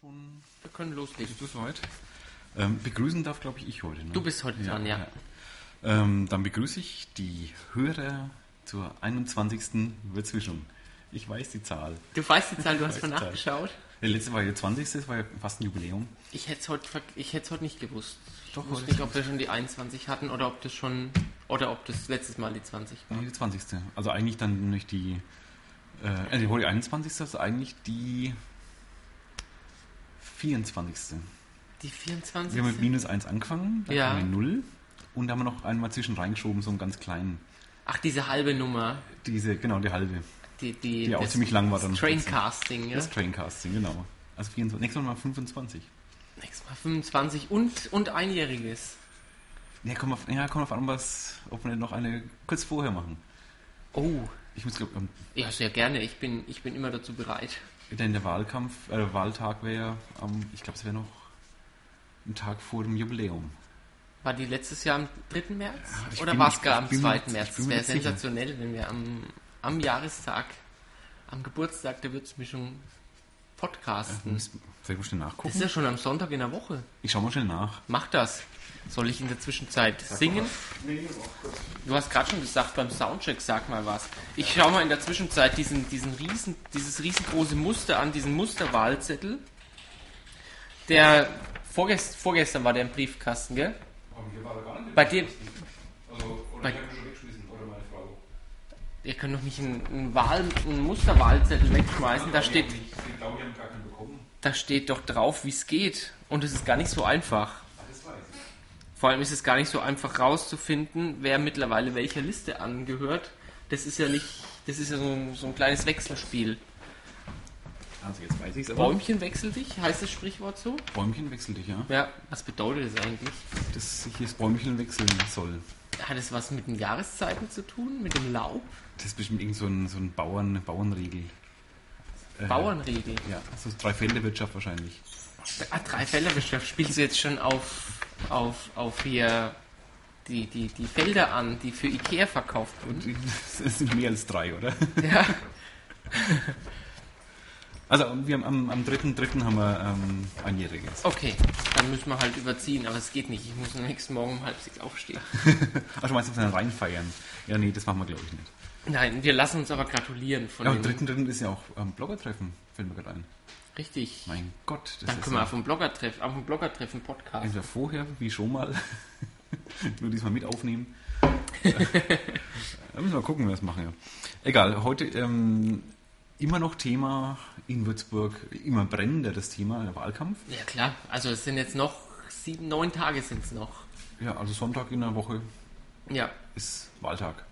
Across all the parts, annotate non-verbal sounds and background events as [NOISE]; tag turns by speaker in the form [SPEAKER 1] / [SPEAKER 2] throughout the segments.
[SPEAKER 1] schon. Wir können loslegen.
[SPEAKER 2] Bist du soweit? Ähm, begrüßen darf, glaube ich, ich heute. Ne?
[SPEAKER 1] Du bist heute dran, ja.
[SPEAKER 2] Ähm, dann begrüße ich die Hörer zur 21. Wirzwischung. Ich weiß die Zahl.
[SPEAKER 1] Du weißt die Zahl, du
[SPEAKER 2] Ich weiß
[SPEAKER 1] hast mal
[SPEAKER 2] die Zahl.
[SPEAKER 1] nachgeschaut.
[SPEAKER 2] Der letzte war ja 20. Das war ja fast ein Jubiläum.
[SPEAKER 1] Ich hätte es heute, ver- ich hätt's heute nicht gewusst. Ich
[SPEAKER 2] Doch,
[SPEAKER 1] wusste
[SPEAKER 2] heute
[SPEAKER 1] nicht, ob wir schon die 21 hatten oder ob das schon. Oder ob das letztes Mal die 20 war.
[SPEAKER 2] Nee, die 20. Also eigentlich dann nicht die. Äh, also die 21. ist eigentlich die 24.
[SPEAKER 1] Die 24.
[SPEAKER 2] Wir haben mit minus 1 angefangen, dann
[SPEAKER 1] Ja.
[SPEAKER 2] haben wir 0 und da haben wir noch einmal zwischen reingeschoben, so einen ganz kleinen.
[SPEAKER 1] Ach, diese halbe Nummer.
[SPEAKER 2] Diese, genau, die halbe.
[SPEAKER 1] Die, die,
[SPEAKER 2] Die auch
[SPEAKER 1] das-
[SPEAKER 2] ziemlich lang war dann.
[SPEAKER 1] Das Traincasting, ja.
[SPEAKER 2] Das Traincasting, genau. Also 24, nächstes Mal mal 25.
[SPEAKER 1] Nächstes Mal 25 und, und einjähriges.
[SPEAKER 2] Ja, komm auf, ja, komm auf an, was, ob wir denn noch eine kurz vorher machen.
[SPEAKER 1] Oh.
[SPEAKER 2] Ich muss, glaube
[SPEAKER 1] Ja, sehr gerne. Ich bin, ich bin immer dazu bereit.
[SPEAKER 2] denn der Wahlkampf, äh, der Wahltag wäre ja am, ich glaube, es wäre noch ein Tag vor dem Jubiläum.
[SPEAKER 1] War die letztes Jahr am 3. März?
[SPEAKER 2] ich
[SPEAKER 1] Oder
[SPEAKER 2] bin-
[SPEAKER 1] war es
[SPEAKER 2] ich-
[SPEAKER 1] gar
[SPEAKER 2] ich
[SPEAKER 1] am
[SPEAKER 2] bin mir-
[SPEAKER 1] 2.
[SPEAKER 2] ich
[SPEAKER 1] März?
[SPEAKER 2] bin
[SPEAKER 1] Es
[SPEAKER 2] mir
[SPEAKER 1] wäre
[SPEAKER 2] nicht sicher.
[SPEAKER 1] sensationell, wenn wir am, am Jahrestag, am Geburtstag der Würzmischung podcasten.
[SPEAKER 2] Müssen- Soll ich mal schnell
[SPEAKER 1] Das
[SPEAKER 2] nachgucken?
[SPEAKER 1] ist ja schon am Sonntag in der Woche.
[SPEAKER 2] Ich schau mal schnell nach.
[SPEAKER 1] Mach das. Soll ich in der Zwischenzeit singen? Du hast gerade schon gesagt, beim Soundcheck sag mal was. Ich schaue mal in der Zwischenzeit diesen, diesen riesen, dieses riesengroße Muster an, diesen Musterwahlzettel. Der vorgest, vorgestern war der im Briefkasten, gell? Bei dir,
[SPEAKER 2] Also, oder
[SPEAKER 1] Bei-
[SPEAKER 2] ich schon wegschmissen, oder meine Frau.
[SPEAKER 1] Ihr könnt doch nicht einen, einen, Wahl, einen Musterwahlzettel wegschmeißen. Da steht,
[SPEAKER 2] Ich glaube, wir haben gar keinen bekommen.
[SPEAKER 1] da steht doch drauf, wie es geht. Und es ist gar nicht so einfach.
[SPEAKER 2] Ah, Das weiß ich.
[SPEAKER 1] Vor allem ist es gar nicht so einfach rauszufinden, wer mittlerweile welcher Liste angehört. Das ist ja nicht, das ist ja so ein, so ein kleines Wechselspiel.
[SPEAKER 2] Also, jetzt weiß ich es aber.
[SPEAKER 1] Bäumchen wechsel dich, heißt das Sprichwort so?
[SPEAKER 2] Bäumchen wechselt dich, ja?
[SPEAKER 1] Ja, was bedeutet das eigentlich?
[SPEAKER 2] Dass ich das Bäumchen wechseln soll.
[SPEAKER 1] Hat es was mit den Jahreszeiten zu tun? Mit dem Laub?
[SPEAKER 2] Das ist bestimmt irgend so ein, so ein Bauern, Bauernregel. Äh,
[SPEAKER 1] Bauernregel.
[SPEAKER 2] Ja, so Drei-Felder-Wirtschaft wahrscheinlich.
[SPEAKER 1] Ah, drei Felderwirtschaft. Spielst du jetzt schon auf, auf, auf hier die, die, die Felder an, die für Ikea verkauft wurden?
[SPEAKER 2] [LAUGHS] Es sind mehr als drei, oder?
[SPEAKER 1] Ja.
[SPEAKER 2] Also, wir haben am, am 3.3. haben wir ähm, Einjähriges.
[SPEAKER 1] [LAUGHS] Okay, dann müssen wir halt überziehen, aber es geht nicht. Ich muss am nächsten Morgen um halb sechs aufstehen.
[SPEAKER 2] Ach, du meinst, wir müssen reinfeiern? Ja, nee, das machen wir, glaube ich, nicht.
[SPEAKER 1] Nein, wir lassen uns aber gratulieren von
[SPEAKER 2] Ja, am
[SPEAKER 1] dem.
[SPEAKER 2] 3.3. ist ja auch ähm, Blogger-Treffen, fällt mir gerade ein.
[SPEAKER 1] Richtig.
[SPEAKER 2] Mein Gott, das
[SPEAKER 1] Dann
[SPEAKER 2] ist
[SPEAKER 1] können wir
[SPEAKER 2] ja-
[SPEAKER 1] auf dem Blogger treffen, auf dem Blogger treffen Podcast.
[SPEAKER 2] Entweder vorher, wie schon mal, [LAUGHS] nur diesmal mit aufnehmen. da müssen wir gucken, wie wir das machen. Ja. Egal, heute ähm, immer noch Thema in Würzburg, immer brennender das Thema, der Wahlkampf.
[SPEAKER 1] Ja klar, also es sind jetzt noch sieben, neun Tage sind es noch.
[SPEAKER 2] Ja, also Sonntag in der Woche
[SPEAKER 1] Ja,
[SPEAKER 2] ist Wahltag.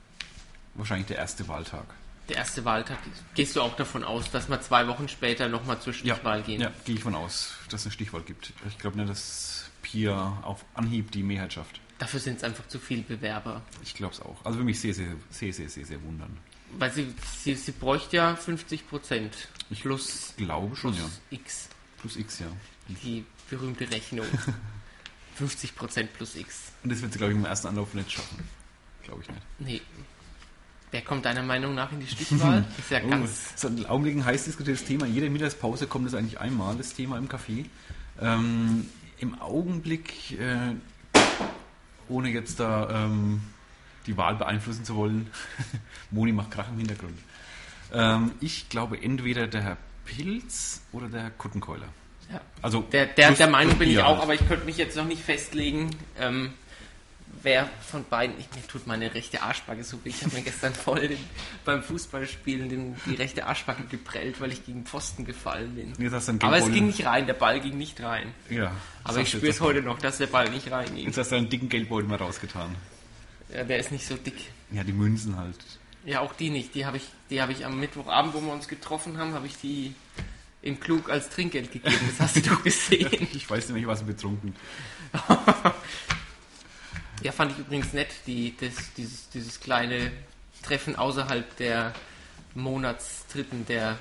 [SPEAKER 2] Wahrscheinlich der erste Wahltag.
[SPEAKER 1] der erste Wahltag. Gehst du auch davon aus, dass wir zwei Wochen später nochmal zur Stichwahl gehen?
[SPEAKER 2] ja gehe ich von aus, dass es eine Stichwahl gibt. Ich glaube nicht, dass Pia auf Anhieb die Mehrheit schafft.
[SPEAKER 1] Dafür sind es einfach zu viele Bewerber.
[SPEAKER 2] Ich glaube es auch. Also würde mich sehr, sehr, sehr, sehr, sehr, sehr wundern.
[SPEAKER 1] Weil sie, sie, sie bräuchte ja 50 Prozent.
[SPEAKER 2] Ich
[SPEAKER 1] Plus,
[SPEAKER 2] Glaube schon,
[SPEAKER 1] plus
[SPEAKER 2] ja.
[SPEAKER 1] X.
[SPEAKER 2] Plus X, ja.
[SPEAKER 1] Die
[SPEAKER 2] [LAUGHS]
[SPEAKER 1] berühmte Rechnung. 50 Prozent plus X.
[SPEAKER 2] Und das wird sie, glaube ich, im ersten Anlauf nicht schaffen. Glaube ich nicht.
[SPEAKER 1] Nee. Wer kommt deiner Meinung nach in die
[SPEAKER 2] [LAUGHS]
[SPEAKER 1] Stichwahl? Das ist ja
[SPEAKER 2] Oh,
[SPEAKER 1] ganz.
[SPEAKER 2] so ein Augenblick ein heiß diskutiertes Thema. In jeder Mittagspause kommt es eigentlich einmal, das Thema im Café. Ähm, Im Augenblick, äh, ohne jetzt da ähm, die Wahl beeinflussen zu wollen, [LAUGHS] Moni macht Krach im Hintergrund. Ähm, ich glaube entweder der Herr Pilz oder der Herr Kuttenkeuler.
[SPEAKER 1] Ja.
[SPEAKER 2] Also
[SPEAKER 1] Der, der,
[SPEAKER 2] plus-
[SPEAKER 1] der Meinung
[SPEAKER 2] plus
[SPEAKER 1] bin ich
[SPEAKER 2] Bier
[SPEAKER 1] auch,
[SPEAKER 2] halt.
[SPEAKER 1] aber ich könnte mich jetzt noch nicht festlegen, ähm, wer von beiden. Ich, mir tut meine rechte Arschbacke so weh. Ich habe mir gestern [LAUGHS] voll den, beim Fußballspielen den, die rechte Arschbacke geprellt, weil ich gegen Pfosten gefallen bin.
[SPEAKER 2] Jetzt hast du einen
[SPEAKER 1] Aber es
[SPEAKER 2] Geldbeutel.
[SPEAKER 1] ging nicht rein, der Ball ging nicht rein.
[SPEAKER 2] Ja,
[SPEAKER 1] Aber ich
[SPEAKER 2] Sagst du
[SPEAKER 1] spüre
[SPEAKER 2] jetzt
[SPEAKER 1] es heute noch, dass der Ball nicht reinging.
[SPEAKER 2] Jetzt hast du einen dicken Geldbeutel mal rausgetan.
[SPEAKER 1] Ja, der ist nicht so dick.
[SPEAKER 2] Ja, die Münzen halt.
[SPEAKER 1] Ja, auch die nicht. Die habe ich, die habe ich am Mittwochabend, wo wir uns getroffen haben, habe ich die im Klug als Trinkgeld gegeben. Das hast du doch gesehen.
[SPEAKER 2] [LAUGHS] Ich weiß nicht, ich war so betrunken.
[SPEAKER 1] Ja, fand ich übrigens nett, die, das, dieses, dieses kleine Treffen außerhalb der Monatstritten der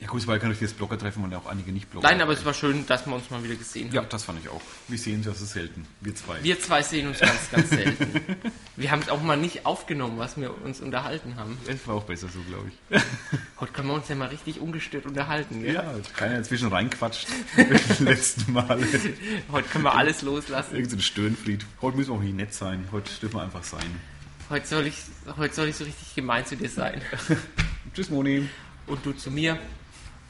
[SPEAKER 2] Ja, gut, es war ja kein richtiges Blogger-Treffen und auch einige Nicht-Blogger.
[SPEAKER 1] Nein, aber es war schön, dass wir uns mal wieder gesehen
[SPEAKER 2] Ja,
[SPEAKER 1] haben.
[SPEAKER 2] das fand ich auch. Wir sehen uns ja so selten. Wir zwei.
[SPEAKER 1] Wir zwei sehen uns ganz, ganz selten. Wir haben es auch mal nicht aufgenommen, was wir uns unterhalten haben.
[SPEAKER 2] das war auch besser so, glaube ich.
[SPEAKER 1] Heute können wir uns ja mal richtig ungestört unterhalten. Gell?
[SPEAKER 2] Ja, keiner dazwischen [LAUGHS] reinquatscht. Die letzten Male.
[SPEAKER 1] Heute können wir alles loslassen.
[SPEAKER 2] Irgend so ein Störenfried. Heute müssen wir auch nicht nett sein. Heute dürfen wir einfach sein.
[SPEAKER 1] Heute soll ich, heute soll ich so richtig gemein zu dir sein.
[SPEAKER 2] Tschüss, Moni.
[SPEAKER 1] Und du zu mir.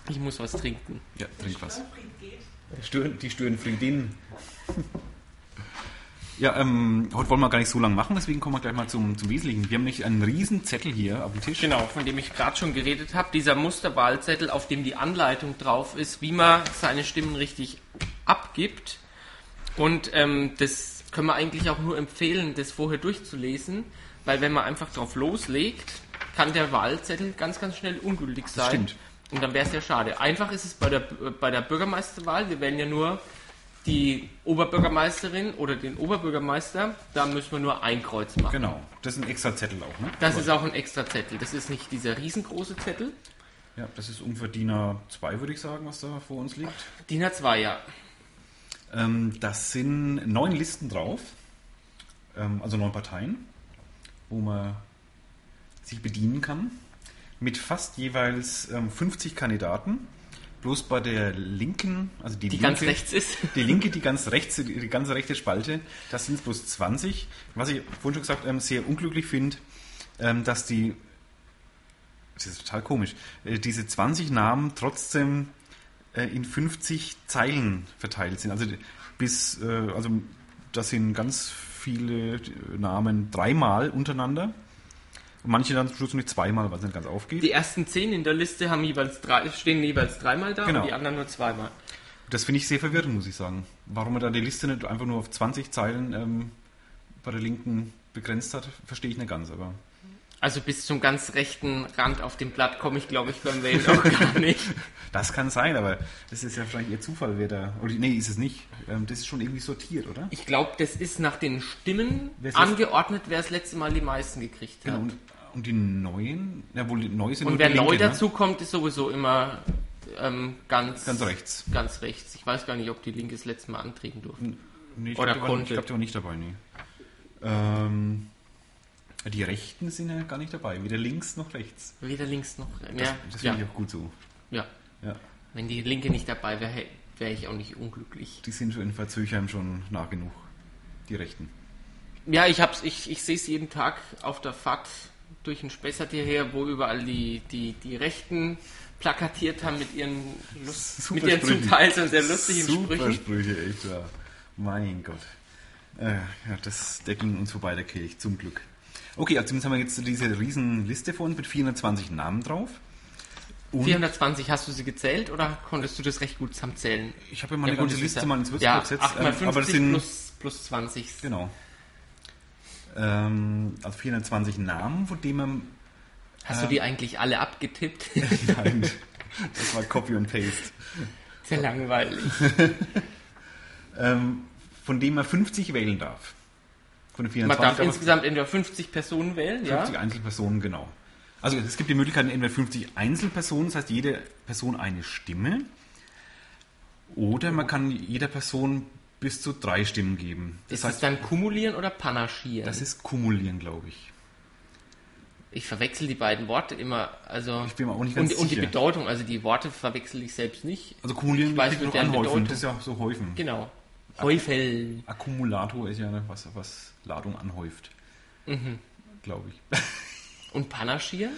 [SPEAKER 1] Ich muss was trinken.
[SPEAKER 2] Ja, trink was. Stören, die Störenfriedin. [LAUGHS] Ja, ähm, heute wollen wir gar nicht so lange machen, deswegen kommen wir gleich mal zum, zum Wesentlichen. Wir haben nämlich einen riesen Zettel hier auf dem Tisch.
[SPEAKER 1] Genau, von dem ich gerade schon geredet habe. Dieser Musterwahlzettel, auf dem die Anleitung drauf ist, wie man seine Stimmen richtig abgibt. Und ähm, das können wir eigentlich auch nur empfehlen, das vorher durchzulesen, weil wenn man einfach drauf loslegt, kann der Wahlzettel ganz, ganz schnell ungültig sein.
[SPEAKER 2] stimmt.
[SPEAKER 1] Und dann wäre es ja schade. Einfach ist es bei der, äh, bei der Bürgermeisterwahl. Wir wählen ja nur die Oberbürgermeisterin oder den Oberbürgermeister. Da müssen wir nur ein Kreuz machen.
[SPEAKER 2] Genau. Das ist ein extra Zettel auch, ne?
[SPEAKER 1] Das ist auch ein extra Zettel. Das ist nicht dieser riesengroße Zettel.
[SPEAKER 2] Ja, das ist Unverdiener 2, würde ich sagen, was da vor uns liegt.
[SPEAKER 1] DIN A2, ja.
[SPEAKER 2] Ähm, das sind neun Listen drauf, ähm, also neun Parteien, wo man sich bedienen kann, mit fast jeweils ähm, 50 Kandidaten. Bloß bei der Linken, also die,
[SPEAKER 1] Die
[SPEAKER 2] Linke,
[SPEAKER 1] ganz rechts ist.
[SPEAKER 2] die Linke, die ganz rechts, die die ganze rechte Spalte, das sind bloß 20. Was ich vorhin schon gesagt ähm, sehr unglücklich finde, ähm, dass die, das ist total komisch, äh, diese 20 Namen trotzdem äh, in 50 Zeilen verteilt sind. Also die- bis, äh, also das sind ganz viele äh, Namen dreimal untereinander. Und manche dann zum Schluss nur zweimal, weil es nicht ganz aufgeht.
[SPEAKER 1] Die ersten zehn in der Liste haben jeweils drei, stehen jeweils dreimal da
[SPEAKER 2] Genau.
[SPEAKER 1] und die anderen nur zweimal.
[SPEAKER 2] Das finde ich sehr verwirrend, muss ich sagen. Warum man da die Liste nicht einfach nur auf 20 Zeilen ähm, bei der Linken begrenzt hat, verstehe ich nicht ganz, aber.
[SPEAKER 1] Also bis zum ganz rechten Rand auf dem Blatt komme ich, glaube ich,
[SPEAKER 2] [LAUGHS]
[SPEAKER 1] beim Wählen auch gar nicht.
[SPEAKER 2] Das kann sein, aber das ist ja wahrscheinlich eher Zufall, wer da. Oder nee, ist es nicht. Ähm, das ist schon irgendwie sortiert, oder?
[SPEAKER 1] Ich glaube, das ist nach den Stimmen
[SPEAKER 2] Wer ist das?
[SPEAKER 1] angeordnet, wer das letzte Mal die meisten gekriegt hat.
[SPEAKER 2] Genau. Und, und die neuen, ja wohl die neuen sind
[SPEAKER 1] Und
[SPEAKER 2] nur
[SPEAKER 1] wer
[SPEAKER 2] die
[SPEAKER 1] neu
[SPEAKER 2] Linke, ne?
[SPEAKER 1] dazu kommt, ist sowieso immer ähm, ganz,
[SPEAKER 2] Ganz rechts.
[SPEAKER 1] ganz rechts. Ich weiß gar nicht, ob die Linke das letzte Mal antreten durfte.
[SPEAKER 2] Hm. Nee, ich
[SPEAKER 1] Oder
[SPEAKER 2] glaube, die, waren- ich
[SPEAKER 1] Kunde.
[SPEAKER 2] glaub, die waren nicht dabei, nee. Ähm, die Rechten sind ja gar nicht dabei, weder links noch rechts.
[SPEAKER 1] Weder links noch ja,
[SPEAKER 2] Das
[SPEAKER 1] ja,
[SPEAKER 2] finde ich auch gut so.
[SPEAKER 1] ja.
[SPEAKER 2] Ja.
[SPEAKER 1] Wenn die Linke nicht dabei wäre, hä- wäre ich auch nicht unglücklich.
[SPEAKER 2] Die sind schon in Verzöchheim schon nah genug. Die Rechten.
[SPEAKER 1] Ja, ich hab's, ich, ich sehe es jeden Tag auf der Fahrt durch den Spessart hierher, wo überall die, die, die Rechten plakatiert haben mit ihren, Lust,
[SPEAKER 2] Super
[SPEAKER 1] mit ihren zum
[SPEAKER 2] Sprüchen.
[SPEAKER 1] Teil schon sehr lustigen
[SPEAKER 2] Super
[SPEAKER 1] Sprüchen.
[SPEAKER 2] Sprüche, echt ja. Mein Gott. Äh, ja, das deckeln uns vorbei der Kelch, zum Glück. Okay, also zumindest haben wir jetzt diese riesen Liste von uns mit 420 Namen drauf. Und
[SPEAKER 1] 420, hast du sie gezählt oder konntest du das recht gut zusammenzählen?
[SPEAKER 2] ich habe ja mal
[SPEAKER 1] Ja,
[SPEAKER 2] eine
[SPEAKER 1] gut,
[SPEAKER 2] ganze
[SPEAKER 1] das ist
[SPEAKER 2] Liste
[SPEAKER 1] ja-
[SPEAKER 2] mal ins Würzburg
[SPEAKER 1] Ja,
[SPEAKER 2] gesetzt.
[SPEAKER 1] 8 mal
[SPEAKER 2] ähm, aber das
[SPEAKER 1] 50
[SPEAKER 2] sind,
[SPEAKER 1] plus, plus 20.
[SPEAKER 2] genau. Ähm, also 420 Namen, von denen man
[SPEAKER 1] Hast du die eigentlich alle abgetippt?
[SPEAKER 2] Nein, halt das war Copy and Paste.
[SPEAKER 1] [LAUGHS] sehr langweilig.
[SPEAKER 2] Ähm, von dem man 50 wählen darf. Von den
[SPEAKER 1] Man
[SPEAKER 2] 420
[SPEAKER 1] darf
[SPEAKER 2] aber-
[SPEAKER 1] insgesamt entweder 50 Personen wählen, ja?
[SPEAKER 2] 50 Einzelpersonen, genau. Also es gibt die Möglichkeit, entweder 50 Einzelpersonen, das heißt jede Person eine Stimme, oder man kann jeder Person bis zu drei Stimmen geben. Das
[SPEAKER 1] Ist es
[SPEAKER 2] heißt,
[SPEAKER 1] dann kumulieren oder panaschieren?
[SPEAKER 2] das ist kumulieren, glaube ich.
[SPEAKER 1] Ich verwechsel die beiden Worte immer. Also
[SPEAKER 2] Ich bin mir auch nicht ganz
[SPEAKER 1] und, und die
[SPEAKER 2] sicher.
[SPEAKER 1] Bedeutung, also die Worte verwechsel ich selbst nicht.
[SPEAKER 2] Also kumulieren
[SPEAKER 1] Ich weiß
[SPEAKER 2] klingt
[SPEAKER 1] mit
[SPEAKER 2] noch
[SPEAKER 1] deren
[SPEAKER 2] anhäufen,
[SPEAKER 1] Bedeutung.
[SPEAKER 2] das ist ja so häufen.
[SPEAKER 1] Genau. Häufel.
[SPEAKER 2] Akkumulator ist ja ne, was, was Ladung anhäuft,
[SPEAKER 1] Mhm.
[SPEAKER 2] glaube ich.
[SPEAKER 1] Und panaschieren?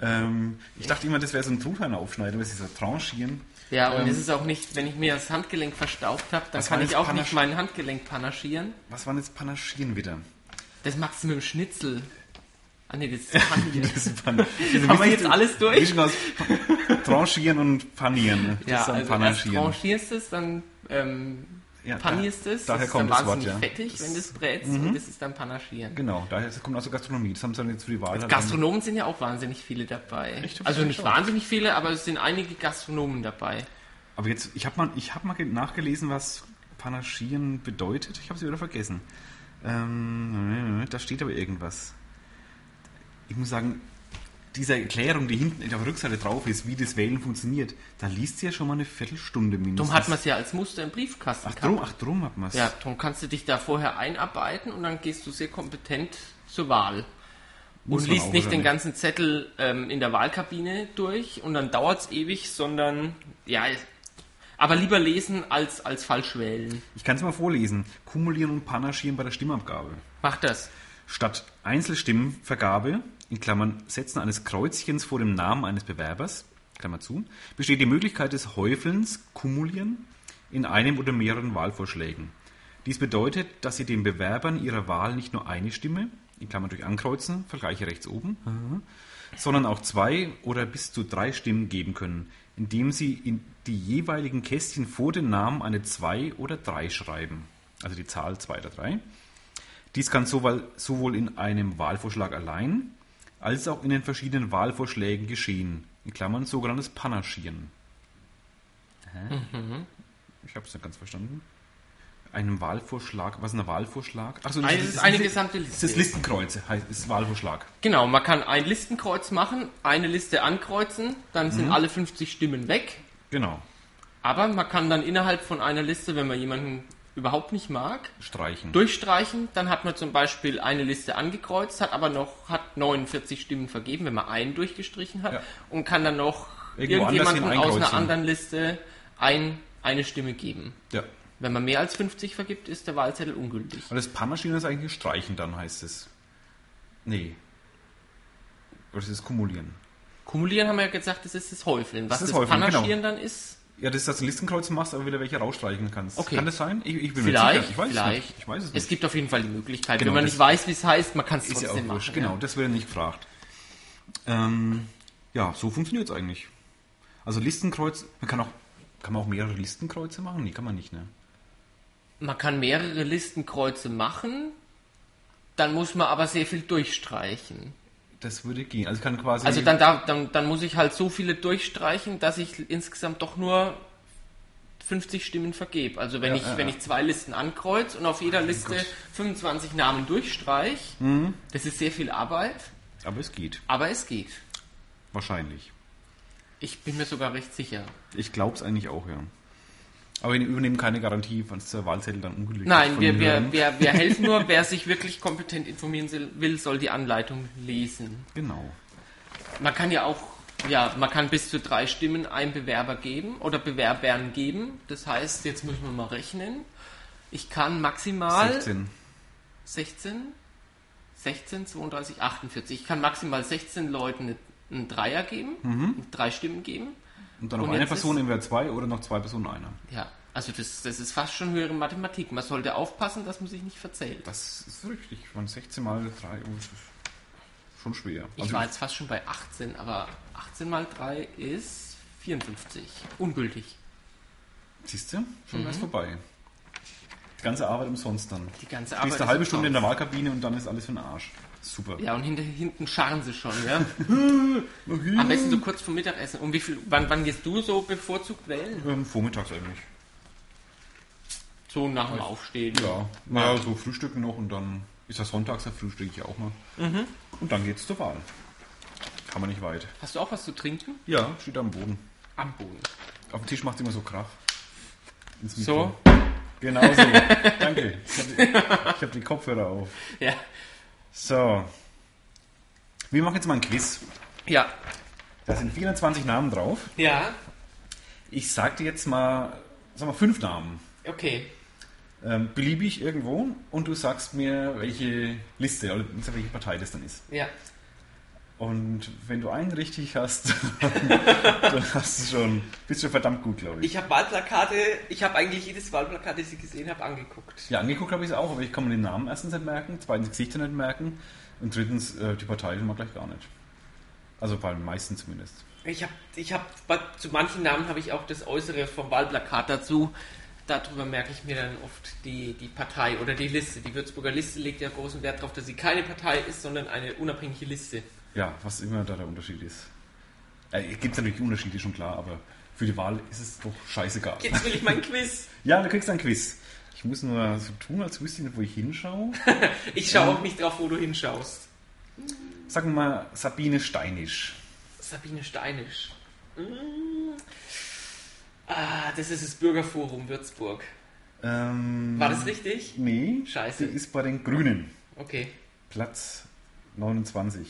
[SPEAKER 2] ähm, ich dachte immer, das wäre so ein Truthahn aufschneiden, aber es ist ja tranchieren.
[SPEAKER 1] Ja, und
[SPEAKER 2] Ähm,
[SPEAKER 1] es ist auch nicht, wenn ich mir das Handgelenk verstaubt habe, dann
[SPEAKER 2] Was
[SPEAKER 1] kann
[SPEAKER 2] war
[SPEAKER 1] ich
[SPEAKER 2] jetzt
[SPEAKER 1] auch nicht
[SPEAKER 2] Panasch-
[SPEAKER 1] mein Handgelenk panaschieren.
[SPEAKER 2] Was waren jetzt Panaschieren wieder?
[SPEAKER 1] Das machst du mit dem Schnitzel. Ah nee, das ist panieren.
[SPEAKER 2] [LAUGHS] Das ist
[SPEAKER 1] [LAUGHS]
[SPEAKER 2] Pan- Also
[SPEAKER 1] Haben wir
[SPEAKER 2] Mischung-
[SPEAKER 1] jetzt alles durch?
[SPEAKER 2] Mischung aus Pa- Tranchieren und Panieren. ne? Das
[SPEAKER 1] ja,
[SPEAKER 2] ist dann
[SPEAKER 1] also erst
[SPEAKER 2] Panaschieren.
[SPEAKER 1] tranchierst es, dann ähm,
[SPEAKER 2] Ja,
[SPEAKER 1] panierst
[SPEAKER 2] da-
[SPEAKER 1] es.
[SPEAKER 2] Daher
[SPEAKER 1] das
[SPEAKER 2] kommt
[SPEAKER 1] ist
[SPEAKER 2] das Mhm.
[SPEAKER 1] dann
[SPEAKER 2] Wort,
[SPEAKER 1] wahnsinnig
[SPEAKER 2] ja.
[SPEAKER 1] fettig, wenn du es brätst. Und das ist dann panaschieren.
[SPEAKER 2] Genau, daher das kommt aus der Gastronomie. Das haben sie dann jetzt für die Wahl.
[SPEAKER 1] Gastronomen sind ja auch wahnsinnig viele dabei.
[SPEAKER 2] Echt?
[SPEAKER 1] Also nicht
[SPEAKER 2] Schon.
[SPEAKER 1] wahnsinnig viele, aber es sind einige Gastronomen dabei.
[SPEAKER 2] Aber jetzt, ich habe mal, ich hab mal ge- nachgelesen, was Panaschieren bedeutet. Ich habe es wieder vergessen. Ähm, da steht aber irgendwas. Ich muss sagen, dieser Erklärung, die hinten auf der Rückseite drauf ist, wie das Wählen funktioniert, da liest sie ja schon mal eine Viertelstunde mindestens.
[SPEAKER 1] Darum hat man es ja als Muster im Briefkasten
[SPEAKER 2] ach drum, ach drum hat man es.
[SPEAKER 1] Ja, darum kannst du dich da vorher einarbeiten und dann gehst du sehr kompetent zur Wahl.
[SPEAKER 2] Muss
[SPEAKER 1] und
[SPEAKER 2] man
[SPEAKER 1] liest
[SPEAKER 2] auch,
[SPEAKER 1] nicht
[SPEAKER 2] oder
[SPEAKER 1] den
[SPEAKER 2] nicht?
[SPEAKER 1] ganzen Zettel ähm, in der Wahlkabine durch und dann dauert es ewig, sondern ja, aber lieber lesen als, als falsch wählen.
[SPEAKER 2] Ich kann es mal vorlesen. Kumulieren und panaschieren bei der Stimmabgabe.
[SPEAKER 1] Mach das.
[SPEAKER 2] Statt Einzelstimmenvergabe, in Klammern Setzen eines Kreuzchens vor dem Namen eines Bewerbers, Klammer zu, besteht die Möglichkeit des Häufelns, Kumulieren, in einem oder mehreren Wahlvorschlägen. Dies bedeutet, dass Sie den Bewerbern Ihrer Wahl nicht nur eine Stimme, in Klammern durch Ankreuzen, Vergleiche rechts oben, sondern auch zwei oder bis zu drei Stimmen geben können, indem Sie in die jeweiligen Kästchen vor den Namen eine zwei oder drei schreiben. Also die Zahl zwei oder drei. Dies kann sowohl, sowohl in einem Wahlvorschlag allein als auch in den verschiedenen Wahlvorschlägen geschehen. In Klammern sogenanntes Panaschieren. Hä?
[SPEAKER 1] Mhm.
[SPEAKER 2] Ich habe es nicht ganz verstanden. Einem Wahlvorschlag, was ist ein Wahlvorschlag? Achso,
[SPEAKER 1] Nein, es ist eine gesamte
[SPEAKER 2] Liste. Das
[SPEAKER 1] Liste.
[SPEAKER 2] ist Listenkreuze, heißt ist Wahlvorschlag.
[SPEAKER 1] Genau, man kann ein Listenkreuz machen, eine Liste ankreuzen, dann
[SPEAKER 2] Mhm.
[SPEAKER 1] sind alle 50 Stimmen weg.
[SPEAKER 2] Genau.
[SPEAKER 1] Aber man kann dann innerhalb von einer Liste, wenn man jemanden überhaupt nicht mag,
[SPEAKER 2] Streichen.
[SPEAKER 1] durchstreichen. Dann hat man zum Beispiel eine Liste angekreuzt, hat aber noch hat 49 Stimmen vergeben, wenn man einen durchgestrichen hat
[SPEAKER 2] Ja.
[SPEAKER 1] und kann dann noch
[SPEAKER 2] Irgendwo anders
[SPEAKER 1] irgendjemanden
[SPEAKER 2] hin
[SPEAKER 1] aus einer
[SPEAKER 2] einkreuzen.
[SPEAKER 1] anderen Liste ein, eine Stimme geben.
[SPEAKER 2] ja.
[SPEAKER 1] Wenn man mehr als 50 vergibt, ist der Wahlzettel ungültig.
[SPEAKER 2] Und das Panaschieren ist eigentlich Streichen, dann heißt es. Nee. Oder es ist Kumulieren.
[SPEAKER 1] Kumulieren haben wir ja gesagt, das ist das Häufeln. Was
[SPEAKER 2] Das
[SPEAKER 1] das,
[SPEAKER 2] ist genau. Häufeln,
[SPEAKER 1] Panaschieren dann ist,
[SPEAKER 2] Ja, das ist, dass du Listenkreuz machst, aber wieder welche rausstreichen kannst.
[SPEAKER 1] Okay.
[SPEAKER 2] Kann das sein? Ich, ich bin mir
[SPEAKER 1] vielleicht,
[SPEAKER 2] sicher. Ich weiß es
[SPEAKER 1] vielleicht.
[SPEAKER 2] nicht. Ich weiß es
[SPEAKER 1] Es
[SPEAKER 2] nicht.
[SPEAKER 1] gibt auf jeden Fall die Möglichkeit.
[SPEAKER 2] Genau,
[SPEAKER 1] wenn man
[SPEAKER 2] das-
[SPEAKER 1] nicht weiß, wie es heißt, man kann es
[SPEAKER 2] Ist ja
[SPEAKER 1] trotzdem
[SPEAKER 2] auch
[SPEAKER 1] machen.
[SPEAKER 2] wurscht. Genau, das wird nicht gefragt. Ähm, ja, so funktioniert es eigentlich. Also Listenkreuz, man kann auch, kann man auch mehrere Listenkreuze machen? Nee, kann man nicht, ne?
[SPEAKER 1] Man kann mehrere Listenkreuze machen, dann muss man aber sehr viel durchstreichen.
[SPEAKER 2] Das würde gehen. Also kann quasi.
[SPEAKER 1] Also dann, darf, dann, dann muss ich halt so viele durchstreichen, dass ich insgesamt doch nur 50 Stimmen vergebe. Also wenn, ich,
[SPEAKER 2] ja,
[SPEAKER 1] wenn
[SPEAKER 2] ja.
[SPEAKER 1] ich zwei Listen ankreuze und auf jeder Liste
[SPEAKER 2] Gott. Mhm.
[SPEAKER 1] 25 Namen durchstreich, das ist sehr viel Arbeit,
[SPEAKER 2] Aber es geht.
[SPEAKER 1] aber es geht.
[SPEAKER 2] Wahrscheinlich.
[SPEAKER 1] Ich bin mir sogar recht sicher.
[SPEAKER 2] Ich glaube es eigentlich auch, ja. Aber wir übernehmen keine Garantie, wann es der Wahlzettel dann ungelegt
[SPEAKER 1] Nein,
[SPEAKER 2] von
[SPEAKER 1] wir,
[SPEAKER 2] den
[SPEAKER 1] wir,
[SPEAKER 2] Hörern.
[SPEAKER 1] wir,
[SPEAKER 2] [LAUGHS]
[SPEAKER 1] wir helfen nur, wer sich wirklich kompetent informieren will, soll die Anleitung lesen.
[SPEAKER 2] Genau.
[SPEAKER 1] Man kann ja auch, ja, man kann bis zu drei Stimmen einem Bewerber geben oder Bewerbern geben. Das heißt, jetzt müssen wir mal rechnen. Ich kann maximal 16,
[SPEAKER 2] 16.
[SPEAKER 1] 16, 32, 48. Ich kann maximal 16 Leuten einen Dreier geben,
[SPEAKER 2] Mhm.
[SPEAKER 1] drei Stimmen geben.
[SPEAKER 2] Und dann
[SPEAKER 1] Und
[SPEAKER 2] noch eine
[SPEAKER 1] jetzt
[SPEAKER 2] Person,
[SPEAKER 1] ist-
[SPEAKER 2] entweder zwei oder noch zwei Personen einer.
[SPEAKER 1] Ja, also das, das ist fast schon höhere Mathematik. Man sollte aufpassen, dass man sich nicht verzählt.
[SPEAKER 2] Das ist richtig. Von 16 mal 3 ist schon schwer. Also,
[SPEAKER 1] Ich war jetzt fast schon bei 18, aber 18 mal 3 ist 54. Ungültig.
[SPEAKER 2] siehst du,
[SPEAKER 1] Mhm.
[SPEAKER 2] schon ganz vorbei. Die ganze Arbeit umsonst dann.
[SPEAKER 1] Die ganze
[SPEAKER 2] Du bist
[SPEAKER 1] Arbeit
[SPEAKER 2] eine halbe
[SPEAKER 1] ist
[SPEAKER 2] Stunde in der
[SPEAKER 1] raus.
[SPEAKER 2] Wahlkabine und dann ist alles für den Arsch. Super.
[SPEAKER 1] Ja, und hinter, hinten scharren sie schon,
[SPEAKER 2] [LAUGHS]
[SPEAKER 1] ja.
[SPEAKER 2] Okay.
[SPEAKER 1] Am besten so kurz vor Mittagessen. Um wie viel, wann, wann gehst du so bevorzugt wählen?
[SPEAKER 2] Ähm, vormittags eigentlich.
[SPEAKER 1] So nach dem Aufstehen.
[SPEAKER 2] Ja. Naja, so frühstücken noch und dann ist das sonntags, da frühstücke ich auch mal. Und dann geht's zur Wahl. Kann man nicht weit.
[SPEAKER 1] Hast du auch was zu trinken?
[SPEAKER 2] Ja, steht am Boden.
[SPEAKER 1] Am Boden.
[SPEAKER 2] Auf dem Tisch macht immer so Krach. Ins
[SPEAKER 1] So?
[SPEAKER 2] Mikro. Genau [LAUGHS] so. Danke. Ich habe die, ich hab die Kopfhörer auf.
[SPEAKER 1] Ja.
[SPEAKER 2] So. Wir machen jetzt mal ein Quiz.
[SPEAKER 1] Ja.
[SPEAKER 2] Da sind 24 Namen drauf.
[SPEAKER 1] Ja.
[SPEAKER 2] Ich sag dir jetzt mal, sag mal fünf Namen.
[SPEAKER 1] Okay.
[SPEAKER 2] Ähm, beliebig irgendwo und du sagst mir, welche Liste oder welche Partei das dann ist.
[SPEAKER 1] Ja.
[SPEAKER 2] Und wenn du einen richtig hast, [LAUGHS] dann hast du schon, bist du verdammt gut, glaube ich.
[SPEAKER 1] Ich habe Wahlplakate, ich habe eigentlich jedes Wahlplakat, das ich gesehen habe, angeguckt.
[SPEAKER 2] Ja, angeguckt habe ich es auch, aber ich kann mir den Namen erstens nicht merken, zweitens Gesichter nicht merken und drittens äh, die Partei schon mal gleich gar nicht. Also bei den meisten zumindest.
[SPEAKER 1] Ich habe, ich hab, bei- zu manchen Namen habe ich auch das Äußere vom Wahlplakat dazu. Darüber merke ich mir dann oft die, die Partei oder die Liste. Die Würzburger Liste legt ja großen Wert darauf, dass sie keine Partei ist, sondern eine unabhängige Liste.
[SPEAKER 2] Ja, was immer da der Unterschied ist. Äh, Gibt es natürlich Unterschiede, schon klar, aber für die Wahl ist es doch scheißegal.
[SPEAKER 1] Jetzt will ich mein Quiz.
[SPEAKER 2] Ja, du kriegst ein Quiz. Ich muss nur so tun, als wüsste ich nicht, wo ich hinschaue.
[SPEAKER 1] Ich schaue auch nicht drauf, wo du hinschaust.
[SPEAKER 2] Sagen wir mal Sabine Steinisch.
[SPEAKER 1] Sabine Steinisch. Mm. Ah, das ist das Bürgerforum Würzburg.
[SPEAKER 2] Ähm,
[SPEAKER 1] War das richtig?
[SPEAKER 2] Nee.
[SPEAKER 1] Scheiße.
[SPEAKER 2] Die ist bei den Grünen.
[SPEAKER 1] Okay.
[SPEAKER 2] Platz 29.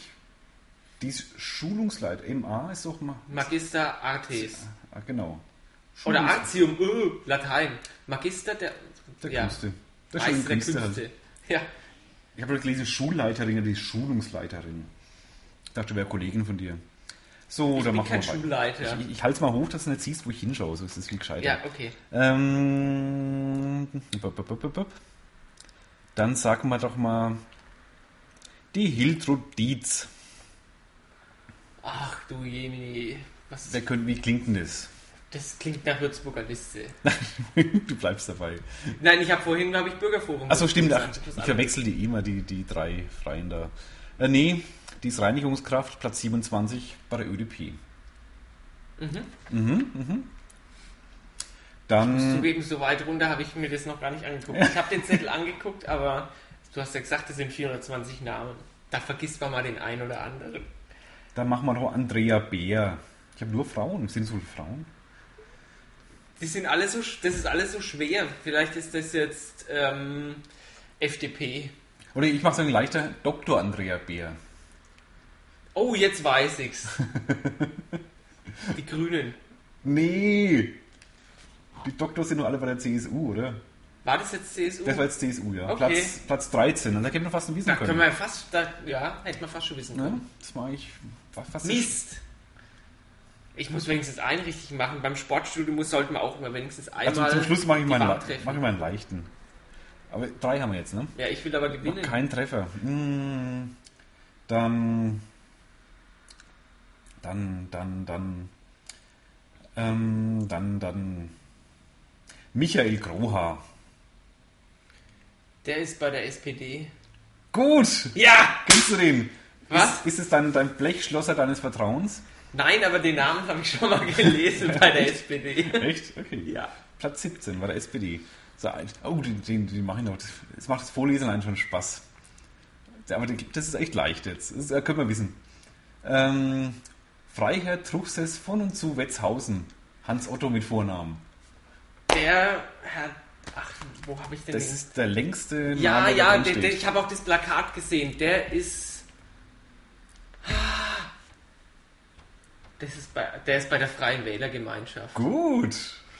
[SPEAKER 2] Die ist Schulungsleit. MA ist doch mal.
[SPEAKER 1] Magister Artes.
[SPEAKER 2] Ah, genau.
[SPEAKER 1] Oder
[SPEAKER 2] Schulungs-
[SPEAKER 1] Artium, öh, Latein. Magister der,
[SPEAKER 2] Der
[SPEAKER 1] ja,
[SPEAKER 2] Künste. Der schönen
[SPEAKER 1] Meister der
[SPEAKER 2] Künste. halt.
[SPEAKER 1] Künste. Ja.
[SPEAKER 2] Ich habe gelesen, Schulleiterin, die ist Schulungsleiterin. Ich dachte, wäre Kollegin von dir. So,
[SPEAKER 1] Ich
[SPEAKER 2] dann
[SPEAKER 1] bin
[SPEAKER 2] Oh, machen
[SPEAKER 1] kein
[SPEAKER 2] wir weiter.
[SPEAKER 1] Schulleiter.
[SPEAKER 2] Ich, ich halte es mal hoch, dass du nicht siehst, wo ich hinschaue. So ist es viel gescheiter.
[SPEAKER 1] Ja, okay.
[SPEAKER 2] Ähm, bup, bup, bup, bup, bup. Dann sagen wir doch mal die Hiltrud Dietz.
[SPEAKER 1] Ach du Jemini. Was,
[SPEAKER 2] Wer könnte, wie klingt denn das? [LAUGHS]
[SPEAKER 1] das klingt nach Würzburger Liste.
[SPEAKER 2] du bleibst dabei.
[SPEAKER 1] Nein, ich habe vorhin, habe ich Bürgerforum.
[SPEAKER 2] Achso,
[SPEAKER 1] gesagt.
[SPEAKER 2] stimmt. Ach,
[SPEAKER 1] Das ist
[SPEAKER 2] ich
[SPEAKER 1] was anderes.
[SPEAKER 2] verwechsel die immer, die, die drei Freien da. Äh, nee, die ist Reinigungskraft, Platz 27 bei der ÖDP. mhm.
[SPEAKER 1] Mhm.
[SPEAKER 2] Dann,
[SPEAKER 1] Zugeben, so weit runter habe ich mir das noch gar nicht angeguckt. Ich habe
[SPEAKER 2] [LAUGHS]
[SPEAKER 1] den Zettel angeguckt, aber du hast ja gesagt, es sind 420 Namen. Da vergisst man mal den einen oder anderen.
[SPEAKER 2] dann machen wir noch Andrea Beer. Ich habe nur Frauen. Sind es wohl Frauen?
[SPEAKER 1] Die sind alle so, sch- das ist alles so schwer. Vielleicht ist das jetzt ähm, FDP.
[SPEAKER 2] Oder ich mache es dann leichter, Dr. Andrea Beer.
[SPEAKER 1] Oh, jetzt
[SPEAKER 2] [LAUGHS]
[SPEAKER 1] weiß ich's. Die Grünen.
[SPEAKER 2] Nee! Die Doktor sind nur alle bei der CSU, oder?
[SPEAKER 1] War das jetzt CSU?
[SPEAKER 2] Das war jetzt CSU, ja.
[SPEAKER 1] Okay.
[SPEAKER 2] Platz, Platz 13. Und da hätte man fast ein Wissen
[SPEAKER 1] da
[SPEAKER 2] können.
[SPEAKER 1] können wir ja fast, da, ja, hätte man fast schon wissen
[SPEAKER 2] ja,
[SPEAKER 1] können.
[SPEAKER 2] das war ich fast. fast-
[SPEAKER 1] Mist! Ich muss wenigstens einen richtig machen. Beim Sportstudio muss, sollte man auch immer wenigstens einmal.
[SPEAKER 2] Also zum Schluss mache ich,
[SPEAKER 1] die
[SPEAKER 2] mal einen,
[SPEAKER 1] Wahl
[SPEAKER 2] le-
[SPEAKER 1] treffen.
[SPEAKER 2] mach ich mal einen leichten. Aber drei haben wir jetzt, ne?
[SPEAKER 1] Ja, ich will aber
[SPEAKER 2] Noch
[SPEAKER 1] gewinnen.
[SPEAKER 2] kein Treffer. Hm, Dann. Dann, dann, dann. Ähm, dann, dann. Michael Groha.
[SPEAKER 1] Der ist bei der SPD.
[SPEAKER 2] Gut!
[SPEAKER 1] Ja!
[SPEAKER 2] Kennst du den?
[SPEAKER 1] Was?
[SPEAKER 2] Ist, ist es dein, dein Blechschlosser deines
[SPEAKER 1] [LAUGHS]
[SPEAKER 2] Vertrauens?
[SPEAKER 1] Nein, aber den Namen habe ich schon mal gelesen bei der SPD.
[SPEAKER 2] Echt? Okay.
[SPEAKER 1] Ja.
[SPEAKER 2] Platz 17 war der SPD. So, ein- oh, den, den, den mache ich noch. Das- Es macht das Vorlesen allein schon Spaß. Ja, Aber den- das ist echt leicht jetzt. Das ist, äh, können wir wissen. Ähm, Freiherr Truchsess von und zu Wetzhausen. Hans Otto mit Vornamen.
[SPEAKER 1] Der hat. Ach, wo habe ich denn
[SPEAKER 2] Das
[SPEAKER 1] den?
[SPEAKER 2] ist der längste
[SPEAKER 1] Ja,
[SPEAKER 2] der
[SPEAKER 1] ja,
[SPEAKER 2] drin
[SPEAKER 1] der, der,
[SPEAKER 2] steht.
[SPEAKER 1] ich habe auch das Plakat gesehen. Der ist. Das ist bei, der ist bei der Freien Wählergemeinschaft.
[SPEAKER 2] Gut,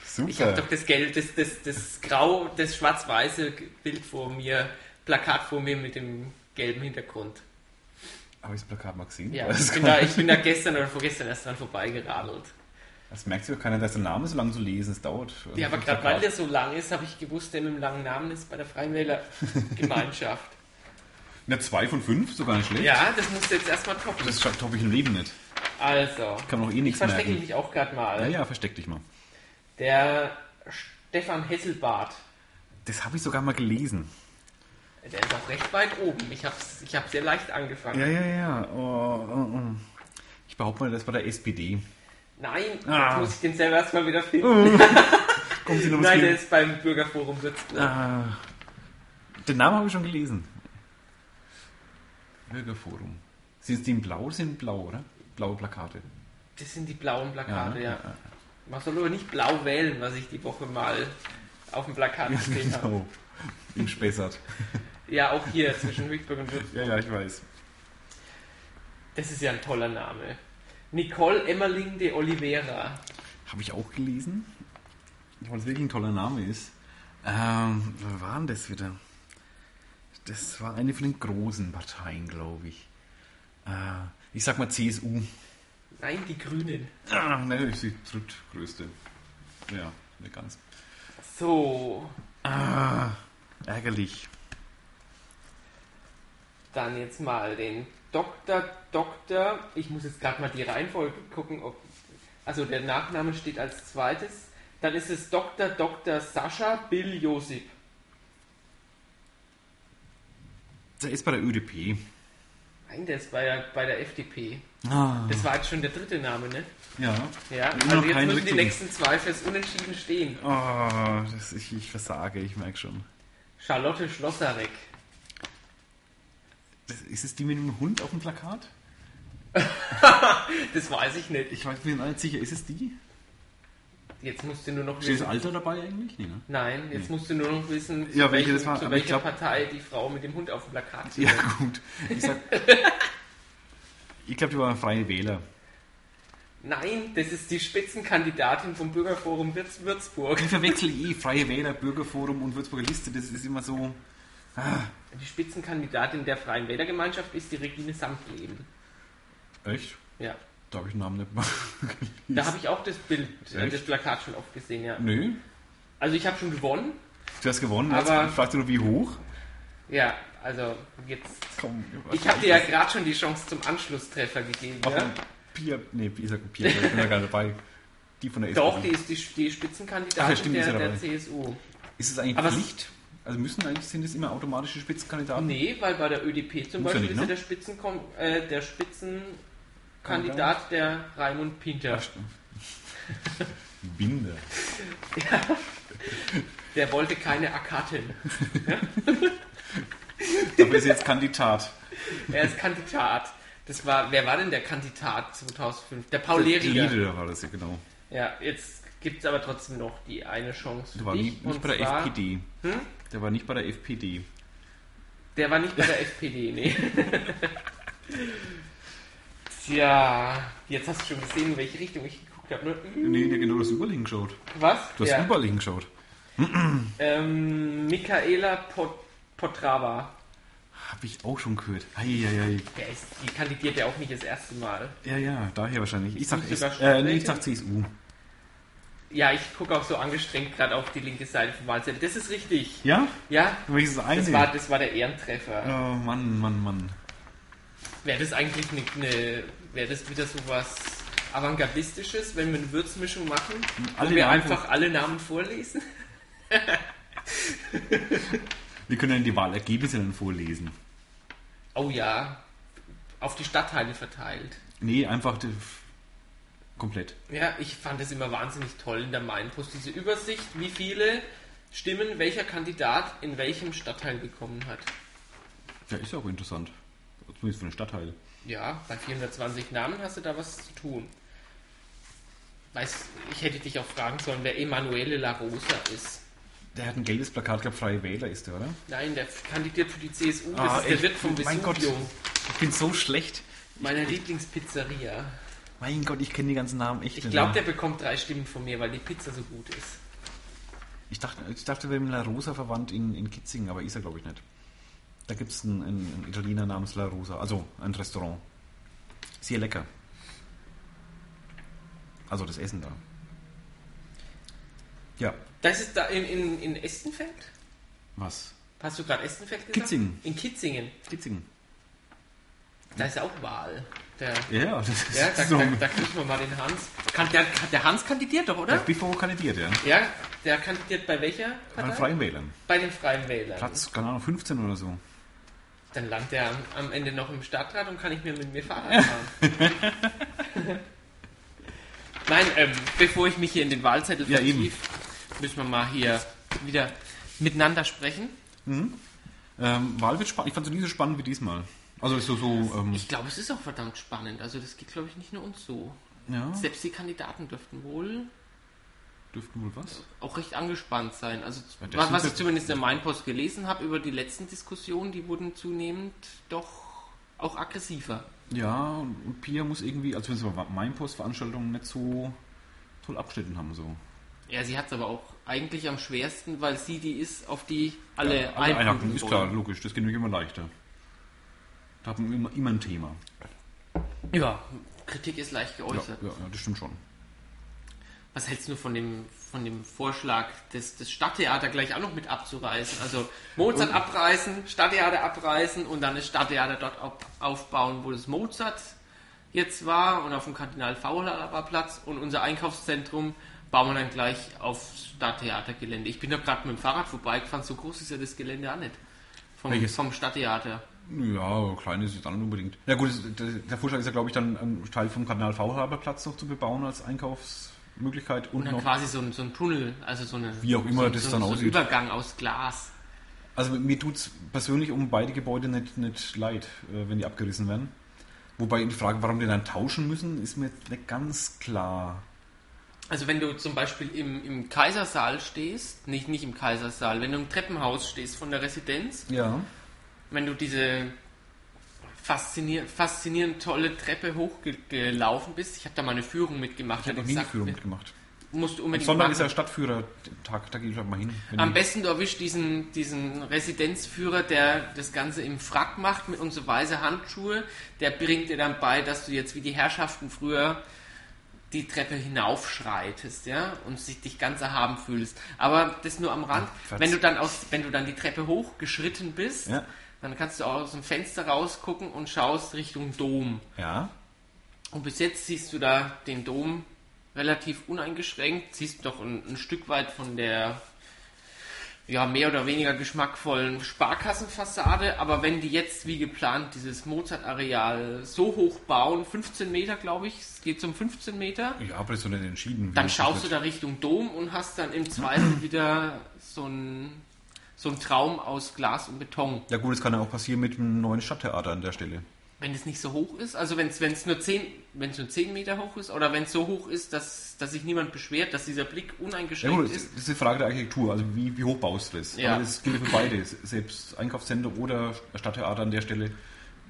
[SPEAKER 2] super.
[SPEAKER 1] Ich habe doch das Geld, das, das, das grau, das schwarz-weiße Bild vor mir, Plakat vor mir mit dem gelben Hintergrund.
[SPEAKER 2] Habe ich das Plakat mal gesehen? [LAUGHS]
[SPEAKER 1] Ja,
[SPEAKER 2] das,
[SPEAKER 1] ich bin, da, ich bin da gestern oder vorgestern erst dran vorbeigeradelt.
[SPEAKER 2] das merkt sich doch keiner, dass der Name so lange zu lesen ist. Dauert.
[SPEAKER 1] Ja, aber
[SPEAKER 2] Das
[SPEAKER 1] gerade
[SPEAKER 2] Plakat.
[SPEAKER 1] weil der so lang ist, habe ich gewusst, der mit dem langen Namen ist bei der Freien Wählergemeinschaft.
[SPEAKER 2] Na, zwei von fünf, sogar nicht schlecht.
[SPEAKER 1] [LAUGHS] ja, das musst du jetzt erstmal toppen.
[SPEAKER 2] Das toppe ich im Leben nicht.
[SPEAKER 1] Also,
[SPEAKER 2] Kann man auch eh
[SPEAKER 1] ich
[SPEAKER 2] nichts
[SPEAKER 1] verstecke
[SPEAKER 2] merken.
[SPEAKER 1] mich auch gerade mal.
[SPEAKER 2] Ja, ja, versteck dich mal.
[SPEAKER 1] Der Stefan Hesselbart,
[SPEAKER 2] Das habe ich sogar mal gelesen.
[SPEAKER 1] der ist auch recht weit oben. Ich habe ich hab sehr leicht angefangen.
[SPEAKER 2] Ja, ja, ja. Oh, oh, oh. Ich behaupte mal, das war der [LAUGHS] SPD.
[SPEAKER 1] Nein,
[SPEAKER 2] Ah. Oh,
[SPEAKER 1] jetzt muss ich den selber erstmal wieder finden.
[SPEAKER 2] Kommen Sie noch
[SPEAKER 1] Nein, der ist beim Bürgerforum Würzburg.
[SPEAKER 2] ah, Den Namen habe ich schon gelesen. Bürgerforum. Sind die in blau? Sind blau, oder? Blaue Plakate.
[SPEAKER 1] Das sind die blauen Plakate, ja.
[SPEAKER 2] ne?
[SPEAKER 1] Man soll aber nicht blau wählen, was ich die Woche mal auf dem Plakat gesehen habe.
[SPEAKER 2] Genau. Im Spessart.
[SPEAKER 1] Ja, auch hier zwischen Würzburg und Würzburg.
[SPEAKER 2] Ja, ja, ich weiß.
[SPEAKER 1] Das ist ja ein toller Name. Nicole Emmerling de Oliveira.
[SPEAKER 2] Habe ich auch gelesen. Weil es wirklich ein toller Name ist. Ähm, wer war denn das wieder? Das war eine von den großen Parteien, glaube ich. Äh, ich sag mal CSU.
[SPEAKER 1] Nein, die Grünen.
[SPEAKER 2] Ah, ne, ist die drittgrößte. Ja, ne ganz.
[SPEAKER 1] So,
[SPEAKER 2] Ah, ärgerlich.
[SPEAKER 1] dann jetzt mal den Dr. Dr. Ich muss jetzt gerade mal die Reihenfolge gucken, ob. Also der Nachname steht als zweites. Dann ist es Dr. Dr. Sascha Bill Josip.
[SPEAKER 2] Der ist bei der ÖDP.
[SPEAKER 1] Nein, der ist bei der, bei der FDP.
[SPEAKER 2] Ah,
[SPEAKER 1] Das war jetzt schon der dritte Name, ne?
[SPEAKER 2] ja.
[SPEAKER 1] Ja,
[SPEAKER 2] Immer
[SPEAKER 1] also
[SPEAKER 2] noch
[SPEAKER 1] jetzt
[SPEAKER 2] keinen
[SPEAKER 1] müssen die
[SPEAKER 2] richtigen.
[SPEAKER 1] nächsten zwei fürs Unentschieden stehen.
[SPEAKER 2] Ah, das, ich, ich versage, ich merke schon.
[SPEAKER 1] Charlotte Schlosserek.
[SPEAKER 2] Das, ist es die mit dem Hund auf dem Plakat?
[SPEAKER 1] Das weiß ich nicht.
[SPEAKER 2] Ich weiß, bin mir nicht sicher, ist es die?
[SPEAKER 1] Jetzt musst du nur noch
[SPEAKER 2] Steht
[SPEAKER 1] wissen.
[SPEAKER 2] das Alter dabei eigentlich? Nee, ne?
[SPEAKER 1] Nein, jetzt musst du nur noch wissen,
[SPEAKER 2] Ja,
[SPEAKER 1] zu,
[SPEAKER 2] welche
[SPEAKER 1] welchem-
[SPEAKER 2] das war,
[SPEAKER 1] zu
[SPEAKER 2] aber ich
[SPEAKER 1] welcher
[SPEAKER 2] glaub-
[SPEAKER 1] Partei die Frau mit dem Hund auf dem Plakat
[SPEAKER 2] Ja,
[SPEAKER 1] gehört.
[SPEAKER 2] gut. Ich, [LAUGHS] sag- ich glaube, die waren Freie Wähler.
[SPEAKER 1] Nein, das ist die Spitzenkandidatin vom Bürgerforum Würz Würzburg.
[SPEAKER 2] Ich verwechsel eh Freie Wähler, Bürgerforum und Würzburger Liste. Das ist immer so.
[SPEAKER 1] Die Spitzenkandidatin der Freien Wählergemeinschaft ist die Regine Samtleben.
[SPEAKER 2] Echt?
[SPEAKER 1] Ja.
[SPEAKER 2] Da habe ich den Namen nicht mal.
[SPEAKER 1] Da habe ich auch das Bild, äh,
[SPEAKER 2] Hm. Echt?
[SPEAKER 1] das Plakat schon oft gesehen,
[SPEAKER 2] [LAUGHS]
[SPEAKER 1] ja.
[SPEAKER 2] Nö.
[SPEAKER 1] Also ich habe schon gewonnen.
[SPEAKER 2] Du hast gewonnen.
[SPEAKER 1] Aber-
[SPEAKER 2] jetzt fragst du nur, wie hoch?
[SPEAKER 1] Ja, also jetzt.
[SPEAKER 2] Komm,
[SPEAKER 1] Ich habe dir ja gerade schon die Chance zum Anschlusstreffer gegeben.
[SPEAKER 2] Ach,
[SPEAKER 1] Ja?
[SPEAKER 2] Pia, nee, ich sag Pia, ich bin da gar nicht dabei. Die von der
[SPEAKER 1] Doch,
[SPEAKER 2] SPD.
[SPEAKER 1] die ist die, die Spitzenkandidatin
[SPEAKER 2] Ach ja, stimmt, die ist
[SPEAKER 1] der,
[SPEAKER 2] ja
[SPEAKER 1] der
[SPEAKER 2] dabei.
[SPEAKER 1] CSU.
[SPEAKER 2] Ist es eigentlich
[SPEAKER 1] Aber-
[SPEAKER 2] Pflicht? Also müssen eigentlich, sind es immer automatische Spitzenkandidaten?
[SPEAKER 1] Nee, weil bei der ÖDP zum
[SPEAKER 2] Muss ja nicht,
[SPEAKER 1] Beispiel ist ja
[SPEAKER 2] ne?
[SPEAKER 1] der, Spitzenkom äh, der Spitzenkandidat der Raimund Pinter.
[SPEAKER 2] Ach, stimmt. [LAUGHS] Binder.
[SPEAKER 1] Der wollte keine Akatin.
[SPEAKER 2] Dafür ist jetzt Kandidat.
[SPEAKER 1] Er ist Kandidat. Das war, wer war denn der Kandidat 2005? Der Paul
[SPEAKER 2] Die
[SPEAKER 1] Lehriger.
[SPEAKER 2] Lieder war das ja, genau.
[SPEAKER 1] Ja, jetzt gibt es aber trotzdem noch die eine Chance
[SPEAKER 2] Der
[SPEAKER 1] für
[SPEAKER 2] war
[SPEAKER 1] dich.
[SPEAKER 2] nicht, nicht
[SPEAKER 1] und
[SPEAKER 2] bei der
[SPEAKER 1] zwar-
[SPEAKER 2] FPD.
[SPEAKER 1] Hm?
[SPEAKER 2] Der war nicht bei der FPD.
[SPEAKER 1] Der war nicht bei
[SPEAKER 2] [LAUGHS]
[SPEAKER 1] der SPD, nee. Tja, jetzt hast du schon gesehen, in welche Richtung ich geguckt habe. ne?
[SPEAKER 2] Nee, der genau das überall hingeschaut.
[SPEAKER 1] Was?
[SPEAKER 2] Du hast
[SPEAKER 1] ja.
[SPEAKER 2] überall hingeschaut.
[SPEAKER 1] ähm, Michaela Pot Potrava.
[SPEAKER 2] Hab ich auch schon gehört. Eieiei.
[SPEAKER 1] Der ist, die kandidiert ja auch nicht das erste Mal.
[SPEAKER 2] Ja, ja, daher wahrscheinlich. Ich sag,
[SPEAKER 1] Nicht
[SPEAKER 2] ich,
[SPEAKER 1] sogar
[SPEAKER 2] äh, nee, ich
[SPEAKER 1] Stadträtin?
[SPEAKER 2] sag CSU.
[SPEAKER 1] Ja, ich gucke auch so angestrengt gerade auf die linke Seite vom Wahlzettel. Das ist richtig.
[SPEAKER 2] Ja?
[SPEAKER 1] Ja,
[SPEAKER 2] Welches ist
[SPEAKER 1] das
[SPEAKER 2] einsehen?
[SPEAKER 1] war, das war der Ehrentreffer.
[SPEAKER 2] Oh, Mann, Mann, Mann.
[SPEAKER 1] Wäre das eigentlich eine, ne, wäre das wieder so was Avantgardistisches, wenn wir eine Würzmischung machen,
[SPEAKER 2] alle
[SPEAKER 1] wo wir
[SPEAKER 2] Namen
[SPEAKER 1] einfach alle Namen vorlesen?
[SPEAKER 2] Wir können dann die Wahlergebnisse dann vorlesen.
[SPEAKER 1] Oh ja, auf die Stadtteile verteilt.
[SPEAKER 2] Nee, einfach die, komplett.
[SPEAKER 1] Ja, ich fand es immer wahnsinnig toll in der Mainpost, diese Übersicht, wie viele Stimmen welcher Kandidat in welchem Stadtteil bekommen hat.
[SPEAKER 2] Ja, ist ja auch interessant. Zumindest für den Stadtteil.
[SPEAKER 1] Ja, bei 420 Namen hast du da was zu tun. Weiß, ich hätte dich auch fragen sollen, wer Emanuele La Rosa ist.
[SPEAKER 2] Der hat ein gelbes Plakat gehabt, Freie Wähler ist der, oder?
[SPEAKER 1] Nein, der kandidiert für die CSU, das
[SPEAKER 2] Ah,
[SPEAKER 1] ist der
[SPEAKER 2] echt?
[SPEAKER 1] Wirt vom
[SPEAKER 2] Mein Gott.
[SPEAKER 1] Vesuvio,
[SPEAKER 2] Ich bin so schlecht.
[SPEAKER 1] meiner Lieblingspizzeria.
[SPEAKER 2] Mein Gott, ich kenne die ganzen Namen echt
[SPEAKER 1] Ich glaube, der bekommt drei Stimmen von mir, weil die Pizza so gut ist.
[SPEAKER 2] Ich dachte, ich dachte, wir haben La Rosa verwandt in, in Kitzingen, aber ist er, glaube ich, nicht. Da gibt es einen, einen, einen Italiener namens La Rosa, also ein Restaurant. Sehr lecker. Also das Essen da. Ja,
[SPEAKER 1] Das ist da in, in, in Estenfeld?
[SPEAKER 2] was?
[SPEAKER 1] Hast du gerade Estenfeld gesagt?
[SPEAKER 2] Kitzingen.
[SPEAKER 1] In Kitzingen.
[SPEAKER 2] Kitzingen.
[SPEAKER 1] Da ist ja auch Wahl. Der,
[SPEAKER 2] Ja, das ist [LAUGHS]
[SPEAKER 1] ja, da,
[SPEAKER 2] so.
[SPEAKER 1] da, da kriegen wir mal den Hans. Kann, der, der Hans kandidiert doch,
[SPEAKER 2] Der
[SPEAKER 1] oder?
[SPEAKER 2] Biffo Äh, kandidiert, ja.
[SPEAKER 1] Ja, der kandidiert bei welcher
[SPEAKER 2] Bei den
[SPEAKER 1] Partei?
[SPEAKER 2] Freien Wählern.
[SPEAKER 1] Bei den Freien Wählern.
[SPEAKER 2] Platz, keine Ahnung, 15 oder so.
[SPEAKER 1] Dann landet er am- am Ende noch im Stadtrat und kann ich mir mit
[SPEAKER 2] [LAUGHS]
[SPEAKER 1] mir Fahrrad fahren. Nein, ähm, bevor ich mich hier in den Wahlzettel
[SPEAKER 2] Ja, eben.
[SPEAKER 1] müssen wir mal hier wieder miteinander sprechen.
[SPEAKER 2] Ähm, Wahl wird spannend. Ich fand es nie so spannend wie diesmal. Also ist so, so ähm,
[SPEAKER 1] Ich glaube, es ist auch verdammt spannend. Also das geht, glaube ich, nicht nur uns so.
[SPEAKER 2] ja,
[SPEAKER 1] Selbst die Kandidaten dürften wohl
[SPEAKER 2] dürften wohl was.
[SPEAKER 1] auch recht angespannt sein. Also
[SPEAKER 2] Ja, das
[SPEAKER 1] was,
[SPEAKER 2] sind
[SPEAKER 1] was
[SPEAKER 2] wir-
[SPEAKER 1] ich zumindest in der Mainpost gelesen habe über die letzten Diskussionen, die wurden zunehmend doch auch aggressiver.
[SPEAKER 2] Ja, und, und Pia muss irgendwie, also zumindest bei meinen Postveranstaltungen nicht so toll abgeschnitten haben. So.
[SPEAKER 1] Ja, sie hat es aber auch eigentlich am schwersten, weil sie die ist, auf die alle
[SPEAKER 2] Ja,
[SPEAKER 1] einprügeln
[SPEAKER 2] Also einhaken, ist klar,
[SPEAKER 1] wollen.
[SPEAKER 2] logisch, das geht nämlich immer leichter. Da haben wir immer, immer ein Thema.
[SPEAKER 1] Ja, Kritik ist leicht
[SPEAKER 2] Ja, ja,
[SPEAKER 1] geäußert.
[SPEAKER 2] ja, das stimmt schon.
[SPEAKER 1] Was hältst du von dem, von dem Vorschlag, das, das Stadttheater gleich auch noch mit abzureißen? Also
[SPEAKER 2] Oh.
[SPEAKER 1] Mozart abreißen, Stadttheater abreißen und dann das Stadttheater dort auf, aufbauen, wo das Mozart jetzt war und auf dem Kardinal Fauler Platz und unser Einkaufszentrum bauen wir dann gleich aufs Stadttheatergelände. Ich bin da gerade mit dem Fahrrad vorbeigefahren, so groß ist ja das Gelände auch nicht. Vom,
[SPEAKER 2] Welches?
[SPEAKER 1] vom Stadttheater.
[SPEAKER 2] Ja, aber klein ist es dann nicht unbedingt. Na gut, es- der der Vorschlag ist ja, glaube ich, dann einen Teil vom Kanal V-Haberplatz noch zu bebauen als Einkaufsmöglichkeit und,
[SPEAKER 1] Und dann
[SPEAKER 2] noch
[SPEAKER 1] quasi so ein, so ein Tunnel, also so eine,
[SPEAKER 2] Wie auch immer
[SPEAKER 1] so, ein-
[SPEAKER 2] das
[SPEAKER 1] so,
[SPEAKER 2] dann
[SPEAKER 1] so ein
[SPEAKER 2] aussieht.
[SPEAKER 1] Übergang aus Glas.
[SPEAKER 2] Also mir tut es persönlich um beide Gebäude nicht, nicht leid, äh, wenn die abgerissen werden. Wobei die Frage, warum die dann tauschen müssen, ist mir jetzt nicht ganz klar.
[SPEAKER 1] Also wenn du zum Beispiel im, im Kaisersaal stehst, nicht, nicht im Kaisersaal, wenn du im Treppenhaus stehst von der Residenz,
[SPEAKER 2] Ja.
[SPEAKER 1] wenn du diese faszinier faszinierend tolle Treppe hochgelaufen bist, ich habe da mal eine Führung mitgemacht,
[SPEAKER 2] Ich habe
[SPEAKER 1] hat
[SPEAKER 2] noch nie eine
[SPEAKER 1] gesagt,
[SPEAKER 2] Führung mitgemacht.
[SPEAKER 1] musst du
[SPEAKER 2] Am
[SPEAKER 1] unbedingt
[SPEAKER 2] Sonntag
[SPEAKER 1] machen.
[SPEAKER 2] ist ja Stadtführertag, da gehe ich halt mal hin. wenn
[SPEAKER 1] Am
[SPEAKER 2] die-
[SPEAKER 1] besten du erwischst diesen, diesen Residenzführer, der das Ganze im Frack macht mit und so weiße Handschuhe. Der bringt dir dann bei, dass du jetzt wie die Herrschaften früher die Treppe hinaufschreitest, ja, und sich dich ganz erhaben fühlst. Aber das nur am Rand.
[SPEAKER 2] Quatsch.
[SPEAKER 1] Wenn du dann aus, wenn du dann die Treppe hochgeschritten bist,
[SPEAKER 2] Ja.
[SPEAKER 1] dann kannst du auch aus dem Fenster rausgucken und schaust Richtung Dom.
[SPEAKER 2] Ja.
[SPEAKER 1] Und bis jetzt siehst du da den Dom relativ uneingeschränkt, siehst noch ein, ein Stück weit von der ja, mehr oder weniger geschmackvollen Sparkassenfassade, aber wenn die jetzt wie geplant dieses Mozart-Areal so hoch bauen, 15 Meter glaube ich, es geht zum 15 Meter,
[SPEAKER 2] Ja, aber das ist doch nicht entschieden. wie
[SPEAKER 1] dann
[SPEAKER 2] das
[SPEAKER 1] schaust du
[SPEAKER 2] wird.
[SPEAKER 1] da Richtung Dom und hast dann im
[SPEAKER 2] [CLEARS THROAT]
[SPEAKER 1] Zweifel wieder so ein so ein Traum aus Glas und Beton.
[SPEAKER 2] Ja gut, das kann ja auch passieren mit dem neuen Stadttheater an der Stelle.
[SPEAKER 1] Wenn es nicht so hoch ist, also wenn es nur 10 wenn's nur 10 Meter hoch ist oder wenn es so hoch ist, dass, dass sich niemand beschwert, dass dieser Blick
[SPEAKER 2] Ja
[SPEAKER 1] uneingeschränkt
[SPEAKER 2] gut, das
[SPEAKER 1] ist.
[SPEAKER 2] ist das ist eine Frage der Architektur, also wie, wie hoch baust du das?
[SPEAKER 1] Ja.
[SPEAKER 2] Aber das gilt für beide, selbst Einkaufszentrum oder Stadttheater an der Stelle,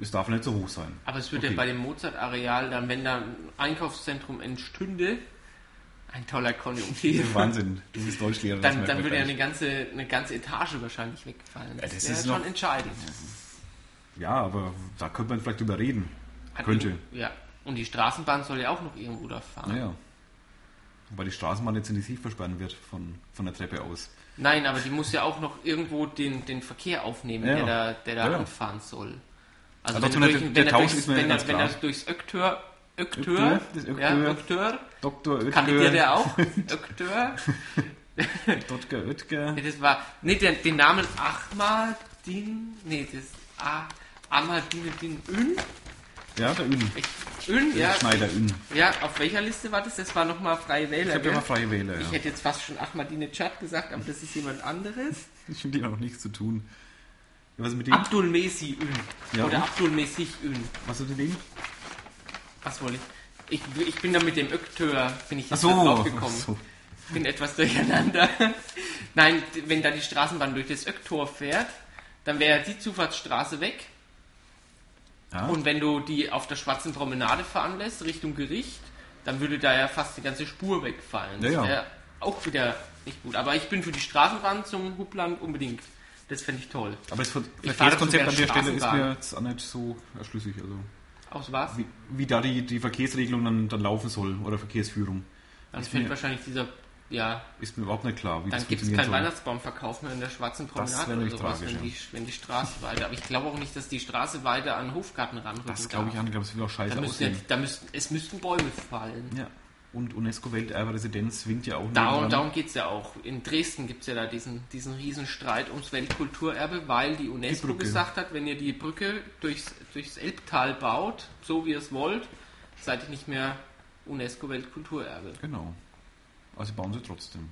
[SPEAKER 2] es darf nicht so hoch sein.
[SPEAKER 1] Aber es würde
[SPEAKER 2] Okay.
[SPEAKER 1] ja bei dem Mozart-Areal dann, wenn da ein Einkaufszentrum entstünde, ein toller Konjunktiv.
[SPEAKER 2] [LAUGHS] Wahnsinn, du bist Deutschlehrer. das
[SPEAKER 1] dann
[SPEAKER 2] merkt
[SPEAKER 1] dann
[SPEAKER 2] man
[SPEAKER 1] würde ja
[SPEAKER 2] gleich.
[SPEAKER 1] eine ganze, eine ganze Etage wahrscheinlich wegfallen.
[SPEAKER 2] Ja, das
[SPEAKER 1] wäre
[SPEAKER 2] ist
[SPEAKER 1] schon
[SPEAKER 2] noch-
[SPEAKER 1] entscheidend.
[SPEAKER 2] Ja, aber da könnte man vielleicht drüber reden.
[SPEAKER 1] Hat
[SPEAKER 2] könnte.
[SPEAKER 1] die- Ja. Und die Straßenbahn soll ja auch noch irgendwo da fahren.
[SPEAKER 2] Naja. Wobei die Straßenbahn jetzt intensiv versperren wird von, von der Treppe aus.
[SPEAKER 1] Nein, aber die muss ja auch noch irgendwo den, den Verkehr aufnehmen,
[SPEAKER 2] Ja.
[SPEAKER 1] der da, der da
[SPEAKER 2] Ja, ja.
[SPEAKER 1] anfahren soll. Also
[SPEAKER 2] Also
[SPEAKER 1] wenn,
[SPEAKER 2] zum
[SPEAKER 1] er
[SPEAKER 2] Beispiel
[SPEAKER 1] durch,
[SPEAKER 2] der
[SPEAKER 1] wenn, er
[SPEAKER 2] Tausch
[SPEAKER 1] durchs,
[SPEAKER 2] ist mir
[SPEAKER 1] wenn,
[SPEAKER 2] ganz
[SPEAKER 1] er, wenn er
[SPEAKER 2] klar.
[SPEAKER 1] durchs Öktör, Öktör,
[SPEAKER 2] Öktör, das
[SPEAKER 1] ja,
[SPEAKER 2] Öktör.
[SPEAKER 1] Öktör,
[SPEAKER 2] Dr. Oetker,
[SPEAKER 1] kandidiert er auch, [LAUGHS] Öktör,
[SPEAKER 2] Dr. Oetker.
[SPEAKER 1] Nee, das war, nee, den, den Namen Ahmadin, nee, das ah, Ahmadineddin Ün,
[SPEAKER 2] Ja, der Ün.
[SPEAKER 1] ich, Ün,
[SPEAKER 2] Der
[SPEAKER 1] ja,
[SPEAKER 2] Schneider Ün.
[SPEAKER 1] ja, auf welcher Liste war das? Das war nochmal Freie Wähler,
[SPEAKER 2] Ich habe
[SPEAKER 1] gell?
[SPEAKER 2] ja mal Freie Wähler,
[SPEAKER 1] ich
[SPEAKER 2] ja.
[SPEAKER 1] [LAUGHS] hätte jetzt fast schon Ahmadinejad gesagt, aber das ist jemand anderes.
[SPEAKER 2] Ich finde die noch nichts zu tun. Ja, was ist mit dem?
[SPEAKER 1] Abdul Mesih Ün.
[SPEAKER 2] Ja,
[SPEAKER 1] oder
[SPEAKER 2] und?
[SPEAKER 1] Abdul Mesih Ün.
[SPEAKER 2] Was ist mit dem?
[SPEAKER 1] Was wollte ich? ich? Ich bin da mit dem Öktör, bin ich
[SPEAKER 2] Ach
[SPEAKER 1] jetzt
[SPEAKER 2] so.
[SPEAKER 1] so. draufgekommen.
[SPEAKER 2] Ach so.
[SPEAKER 1] Ich bin etwas durcheinander. [LAUGHS] Nein, d- wenn da die Straßenbahn durch das Öktor fährt, dann wäre die Zufahrtsstraße weg.
[SPEAKER 2] Ja.
[SPEAKER 1] Und wenn du die auf der schwarzen Promenade fahren lässt, Richtung Gericht, dann würde da ja fast die ganze Spur wegfallen.
[SPEAKER 2] Ja, ja.
[SPEAKER 1] wäre auch wieder nicht gut. Aber ich bin für die Straßenbahn zum Hubland unbedingt. Das fände ich toll.
[SPEAKER 2] Aber das Ver-
[SPEAKER 1] fahre zu der
[SPEAKER 2] Verkehrskonzept an der Stelle ist
[SPEAKER 1] Straßenbahn.
[SPEAKER 2] mir jetzt auch nicht so schlüssig. Also
[SPEAKER 1] Auch so war's.
[SPEAKER 2] wie, wie da die, die Verkehrsregelung dann, dann laufen soll oder Verkehrsführung,
[SPEAKER 1] Dann
[SPEAKER 2] ist
[SPEAKER 1] Also fällt
[SPEAKER 2] mir-
[SPEAKER 1] wahrscheinlich dieser, ja,
[SPEAKER 2] ist mir überhaupt nicht klar, wie
[SPEAKER 1] Dann gibt es
[SPEAKER 2] funktionieren
[SPEAKER 1] keinen
[SPEAKER 2] soll.
[SPEAKER 1] Weihnachtsbaumverkauf mehr in der schwarzen Promenade
[SPEAKER 2] wäre
[SPEAKER 1] oder
[SPEAKER 2] nämlich
[SPEAKER 1] sowas,
[SPEAKER 2] tragisch,
[SPEAKER 1] wenn,
[SPEAKER 2] ja.
[SPEAKER 1] die, wenn die Straße weiter. Aber ich glaube auch nicht, dass die Straße weiter an den Hofgarten ranrücken
[SPEAKER 2] Das glaube ich
[SPEAKER 1] darf.
[SPEAKER 2] an, glaube ich, wird auch scheiße
[SPEAKER 1] Da müssen,
[SPEAKER 2] aussehen.
[SPEAKER 1] jetzt, da müssten, es müssten Bäume fallen.
[SPEAKER 2] Ja. Und UNESCO-Welterbe-Residenz winkt ja auch
[SPEAKER 1] Darum,
[SPEAKER 2] nebendran.
[SPEAKER 1] darum geht es ja auch. In Dresden gibt es ja da diesen, diesen riesen Streit ums Weltkulturerbe, weil die UNESCO
[SPEAKER 2] Brücke.
[SPEAKER 1] gesagt hat, wenn ihr die Brücke durchs, durchs Elbtal baut, so wie ihr es wollt, seid ihr nicht mehr UNESCO-Weltkulturerbe.
[SPEAKER 2] Genau. Also bauen sie trotzdem.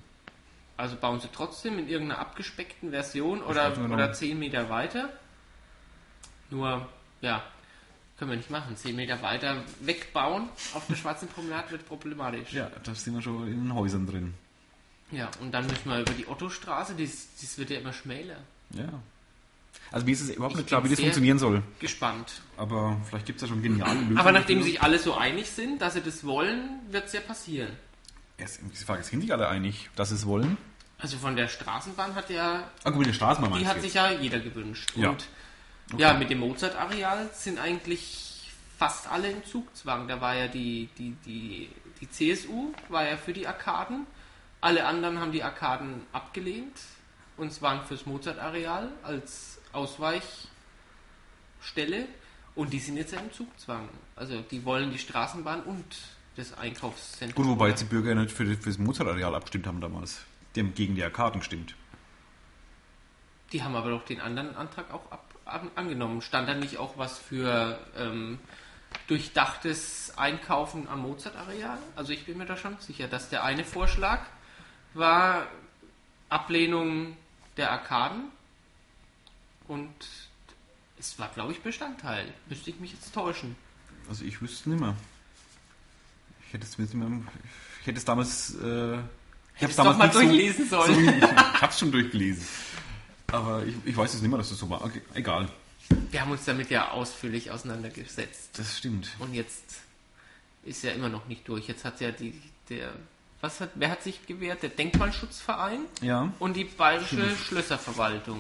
[SPEAKER 1] Also bauen sie trotzdem in irgendeiner abgespeckten Version
[SPEAKER 2] hab
[SPEAKER 1] oder,
[SPEAKER 2] ich mir
[SPEAKER 1] oder
[SPEAKER 2] noch-
[SPEAKER 1] 10 Meter weiter. Nur, ja, können wir nicht machen. 10 Meter weiter wegbauen auf der schwarzen Promenade wird problematisch.
[SPEAKER 2] Ja, da sind wir schon in den Häusern drin.
[SPEAKER 1] Ja, und dann müssen wir über die Ottostraße, das, das wird ja immer schmäler.
[SPEAKER 2] Ja. Also mir ist es überhaupt
[SPEAKER 1] Ich
[SPEAKER 2] nicht klar, wie
[SPEAKER 1] bin
[SPEAKER 2] das
[SPEAKER 1] sehr-
[SPEAKER 2] funktionieren soll.
[SPEAKER 1] Gespannt.
[SPEAKER 2] Aber vielleicht gibt es da schon geniale Lösungen.
[SPEAKER 1] Aber nachdem
[SPEAKER 2] dafür.
[SPEAKER 1] sich alle so einig sind, dass sie das wollen, wird es ja passieren.
[SPEAKER 2] Es, die Frage ist, sind sich alle einig, dass sie es wollen?
[SPEAKER 1] Also von der Straßenbahn hat ja,
[SPEAKER 2] Ah, gut, mit der Straßenbahn
[SPEAKER 1] die
[SPEAKER 2] meinst du
[SPEAKER 1] hat
[SPEAKER 2] jetzt.
[SPEAKER 1] sich ja jeder gewünscht.
[SPEAKER 2] Ja.
[SPEAKER 1] Und Ja, mit dem Mozart-Areal sind eigentlich fast alle im Zugzwang. Da war ja die, die, die, die CSU, war ja für die Arkaden. Alle anderen haben die Arkaden abgelehnt und zwar fürs Mozart-Areal als Ausweichstelle. Und die sind jetzt ja im Zugzwang. Also die wollen die Straßenbahn und das Einkaufszentrum.
[SPEAKER 2] Gut, wobei jetzt die Bürger nicht für, für das Mozart-Areal abgestimmt haben damals. Die haben gegen die Arkaden gestimmt.
[SPEAKER 1] Die haben aber doch den anderen Antrag auch ab, an, angenommen. Stand da nicht auch was für ähm, durchdachtes Einkaufen am Mozart-Areal? Also ich bin mir da schon sicher, dass der eine Vorschlag war Ablehnung der Arkaden und es war, glaube ich, Bestandteil. Müsste ich mich jetzt täuschen.
[SPEAKER 2] Also ich wüsste nicht mehr. Ich hätte es zumindest nicht mehr, im- ich hätte es damals, äh, ich habe
[SPEAKER 1] Hättest doch mal durchlesen
[SPEAKER 2] So, so, [LAUGHS]
[SPEAKER 1] sollen.
[SPEAKER 2] ich ich hab's schon durchgelesen. Aber ich, ich weiß es nicht mehr, dass es so war. Okay, egal.
[SPEAKER 1] Wir haben uns damit ja ausführlich auseinandergesetzt.
[SPEAKER 2] Das stimmt.
[SPEAKER 1] Und jetzt ist ja immer noch nicht durch. Jetzt hat ja die, der, was hat, wer hat sich gewehrt? Der Denkmalschutzverein
[SPEAKER 2] Ja.
[SPEAKER 1] und die Bayerische Schlösserverwaltung.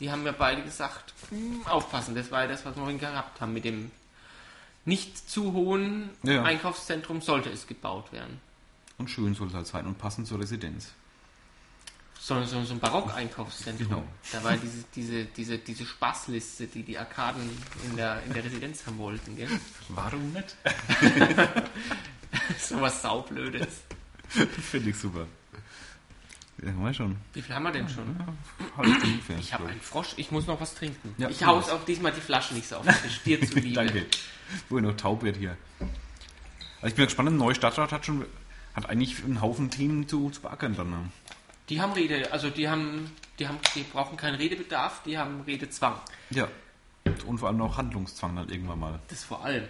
[SPEAKER 1] Die haben ja beide gesagt, hm, aufpassen, das war ja das, was wir vorhin gehabt haben. Mit dem nicht zu hohen
[SPEAKER 2] Ja, ja.
[SPEAKER 1] Einkaufszentrum sollte es gebaut werden.
[SPEAKER 2] Und schön soll es halt sein und passend zur Residenz.
[SPEAKER 1] So, so, so ein Barock-Einkaufszentrum.
[SPEAKER 2] Genau.
[SPEAKER 1] Da war diese, diese, diese, diese Spaßliste, die die Arkaden in der, in der Residenz haben wollten. [LAUGHS] Gell?
[SPEAKER 2] Warum nicht? [LAUGHS]
[SPEAKER 1] So was Saublödes.
[SPEAKER 2] Finde ich super. Ja, haben wir schon.
[SPEAKER 1] Wie viel haben wir denn schon?
[SPEAKER 2] Halb ungefähr.
[SPEAKER 1] Ich halt habe einen Frosch, ich muss noch was trinken.
[SPEAKER 2] Ja,
[SPEAKER 1] ich
[SPEAKER 2] tu
[SPEAKER 1] haus
[SPEAKER 2] das.
[SPEAKER 1] auch diesmal die Flasche nicht so auf den Tisch,
[SPEAKER 2] [LAUGHS]
[SPEAKER 1] dir zuliebe.
[SPEAKER 2] Danke. Wo er noch taub wird hier. Also ich bin gespannt, ein neuer Stadtrat hat schon hat eigentlich einen Haufen Themen zu, zu beackern dann. ne?
[SPEAKER 1] Die haben Rede, also die haben, die haben, die brauchen keinen Redebedarf, die haben Redezwang.
[SPEAKER 2] Ja. Und vor allem noch Handlungszwang dann irgendwann mal.
[SPEAKER 1] Das vor allem.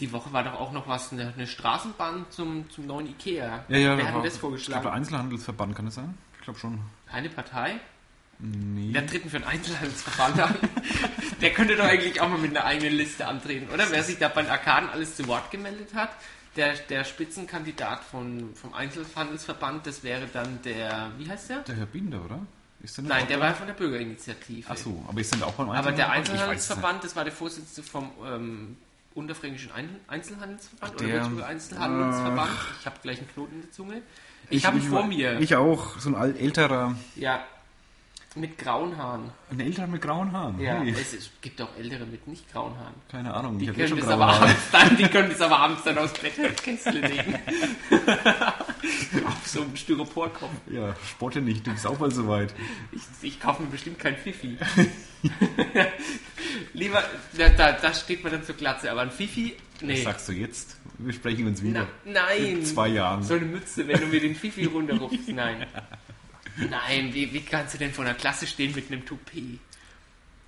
[SPEAKER 1] Die Woche war doch auch noch was, eine, eine Straßenbahn zum, zum neuen Ikea. Wer hat denn das
[SPEAKER 2] Ich glaube, der
[SPEAKER 1] vorgeschlagen?
[SPEAKER 2] Einzelhandelsverband kann das sein? Ich glaube schon.
[SPEAKER 1] Keine Partei?
[SPEAKER 2] Nee.
[SPEAKER 1] Wer tritt denn für einen
[SPEAKER 2] [LAUGHS]
[SPEAKER 1] Einzelhandelsverband an? Der könnte doch eigentlich auch mal mit einer eigenen Liste antreten, oder? Wer sich da bei den Arkaden alles zu Wort gemeldet hat, der, der Spitzenkandidat von, vom Einzelhandelsverband, das wäre dann der, wie heißt der?
[SPEAKER 2] Der Herr Binder, oder? Ist der
[SPEAKER 1] Nein, der war von der Bürgerinitiative.
[SPEAKER 2] Ach so, aber ist denn auch beim
[SPEAKER 1] Aber der
[SPEAKER 2] Einzelhandelsverband? Ich weiß es nicht.
[SPEAKER 1] Einzelhandelsverband, das war der Vorsitzende vom ähm, Unterfränkischen Ein Einzelhandelsverband
[SPEAKER 2] Ach, der-
[SPEAKER 1] oder Würzburger Einzelhandelsverband. Ich habe gleich einen Knoten in der Zunge. Ich, habe ihn
[SPEAKER 2] ich-
[SPEAKER 1] vor mir.
[SPEAKER 2] Ich auch, so ein al- älterer.
[SPEAKER 1] ja. Mit grauen Haaren.
[SPEAKER 2] Ein älterer mit grauen Haaren.
[SPEAKER 1] Ja,
[SPEAKER 2] Hey.
[SPEAKER 1] es, es gibt auch ältere mit nicht grauen Haaren.
[SPEAKER 2] Keine Ahnung,
[SPEAKER 1] Die
[SPEAKER 2] hab eh
[SPEAKER 1] können,
[SPEAKER 2] schon
[SPEAKER 1] das
[SPEAKER 2] graue
[SPEAKER 1] aber
[SPEAKER 2] Haare.
[SPEAKER 1] abends dann, die können das aber abends dann aufs Bettkessel legen. Auf so einem Styroporkopf.
[SPEAKER 2] Ja, spotte nicht, du bist auch mal so weit.
[SPEAKER 1] Ich, ich kaufe mir bestimmt
[SPEAKER 2] [LAUGHS]
[SPEAKER 1] kein Fifi. Lieber, da, da, da steht man dann zur Glatze, aber ein Fifi,
[SPEAKER 2] Was
[SPEAKER 1] nee.
[SPEAKER 2] sagst du jetzt? Wir sprechen uns
[SPEAKER 1] Na,
[SPEAKER 2] wieder.
[SPEAKER 1] nein.
[SPEAKER 2] In zwei Jahren.
[SPEAKER 1] So eine Mütze, wenn du mir den Fifi runterrupfst, nein. Nein, wie, wie kannst du denn vor einer Klasse stehen mit einem Toupet?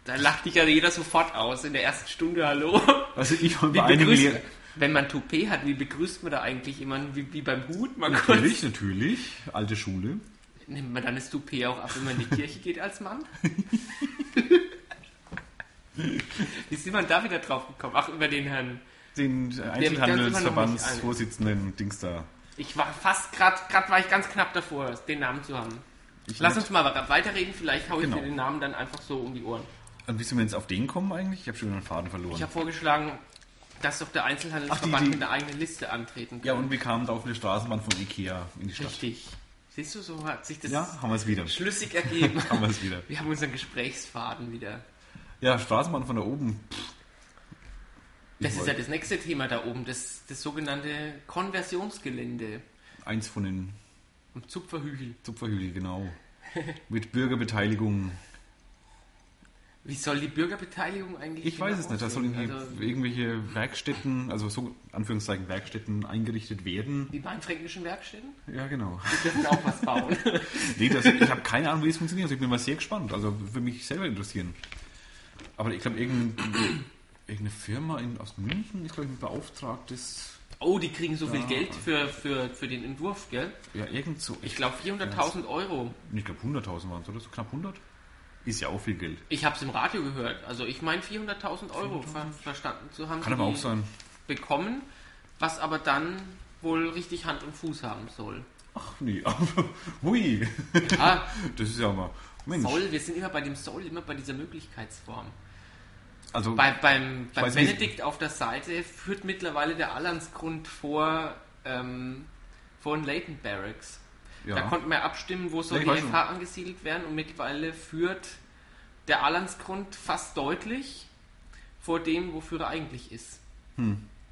[SPEAKER 1] Da lacht dich ja jeder sofort aus in der ersten Stunde, hallo.
[SPEAKER 2] Also ich habe
[SPEAKER 1] Wie
[SPEAKER 2] bei einigen
[SPEAKER 1] begrüßt-
[SPEAKER 2] Lehrern...
[SPEAKER 1] wenn man Toupet hat, wie begrüßt man da eigentlich jemanden? Wie, wie beim Hut? Man
[SPEAKER 2] Natürlich, natürlich. Alte Schule.
[SPEAKER 1] kurz, nimmt man dann das Toupet auch ab, wenn man in die Kirche geht als Mann?
[SPEAKER 2] [LAUGHS]
[SPEAKER 1] wie ist jemand da wieder drauf gekommen? Ach, über den Herrn.
[SPEAKER 2] Den
[SPEAKER 1] Einzelhandelsverbandsvorsitzenden
[SPEAKER 2] Einzelhandelsverbandsvorsitzenden Dings da.
[SPEAKER 1] Ich war fast gerade, gerade war ich ganz knapp davor, den Namen zu haben.
[SPEAKER 2] Ich
[SPEAKER 1] Lass uns mal weiterreden, vielleicht haue ich
[SPEAKER 2] Genau.
[SPEAKER 1] mir den Namen dann einfach so um die Ohren.
[SPEAKER 2] Und wie sind wir jetzt auf den kommen eigentlich? Ich habe schon wieder einen Faden verloren.
[SPEAKER 1] Ich habe vorgeschlagen, dass doch der
[SPEAKER 2] Ach, die-
[SPEAKER 1] Einzelhandelsverband
[SPEAKER 2] die-
[SPEAKER 1] mit einer eigenen Liste antreten kann.
[SPEAKER 2] ja, und wir kamen da auf eine Straßenbahn von Ikea in die Stadt.
[SPEAKER 1] Richtig. Siehst du, so hat sich das
[SPEAKER 2] Ja, haben wir es wieder. [LAUGHS]
[SPEAKER 1] schlüssig ergeben.
[SPEAKER 2] Haben wir es wieder.
[SPEAKER 1] Wir haben unseren Gesprächsfaden wieder.
[SPEAKER 2] Ja, Straßenbahn von da oben.
[SPEAKER 1] Das ist
[SPEAKER 2] wollt-
[SPEAKER 1] ja das nächste Thema da oben, das, das sogenannte Konversionsgelände
[SPEAKER 2] Eins von den
[SPEAKER 1] am Zupferhügel.
[SPEAKER 2] Zupferhügel,
[SPEAKER 1] [LAUGHS]
[SPEAKER 2] genau. Mit Bürgerbeteiligung.
[SPEAKER 1] Wie soll die Bürgerbeteiligung eigentlich
[SPEAKER 2] Ich weiß es nicht. Da sollen
[SPEAKER 1] irgendwie.
[SPEAKER 2] irgendwie
[SPEAKER 1] Also,
[SPEAKER 2] irgendwelche Werkstätten, also so Anführungszeichen Werkstätten eingerichtet werden.
[SPEAKER 1] die mainfränkischen Werkstätten
[SPEAKER 2] Ja, genau.
[SPEAKER 1] die dürfen auch was
[SPEAKER 2] [LAUGHS]
[SPEAKER 1] bauen.
[SPEAKER 2] Nee, das, ich habe keine Ahnung, wie es funktioniert. Also ich bin mal sehr gespannt. Also würde mich selber interessieren. Aber ich glaube, irgendeine, irgendeine Firma in, aus München ist, glaube ich, ein beauftragtes.
[SPEAKER 1] Oh, die kriegen so viel
[SPEAKER 2] Ja.
[SPEAKER 1] Geld für, für, für den Entwurf, gell?
[SPEAKER 2] Ja, irgend so.
[SPEAKER 1] Ich glaube 400.000 Euro.
[SPEAKER 2] ich glaube 100.000 waren es, oder? So knapp 100? Ist ja auch viel Geld.
[SPEAKER 1] Ich habe es im Radio gehört. Also ich meine 400.000 Euro ver verstanden zu haben.
[SPEAKER 2] Kann aber
[SPEAKER 1] die
[SPEAKER 2] auch sein.
[SPEAKER 1] Bekommen, was aber dann wohl richtig Hand und Fuß haben
[SPEAKER 2] [LAUGHS]
[SPEAKER 1] soll.
[SPEAKER 2] Ach nee, aber. Hui!
[SPEAKER 1] Ah,
[SPEAKER 2] Das ist ja mal. Mensch.
[SPEAKER 1] soll, wir sind immer bei dem soll, immer bei dieser Möglichkeitsform.
[SPEAKER 2] Also,
[SPEAKER 1] Bei, beim beim
[SPEAKER 2] weiß nicht.
[SPEAKER 1] Benedikt auf der Seite führt mittlerweile der Allansgrund vor, ähm, vor den Leighton Barracks. Da
[SPEAKER 2] ja.
[SPEAKER 1] konnten wir abstimmen, wo soll
[SPEAKER 2] Ja, ich weiß
[SPEAKER 1] die FH angesiedelt werden und mittlerweile führt der Allansgrund fast deutlich vor dem, wofür er eigentlich ist.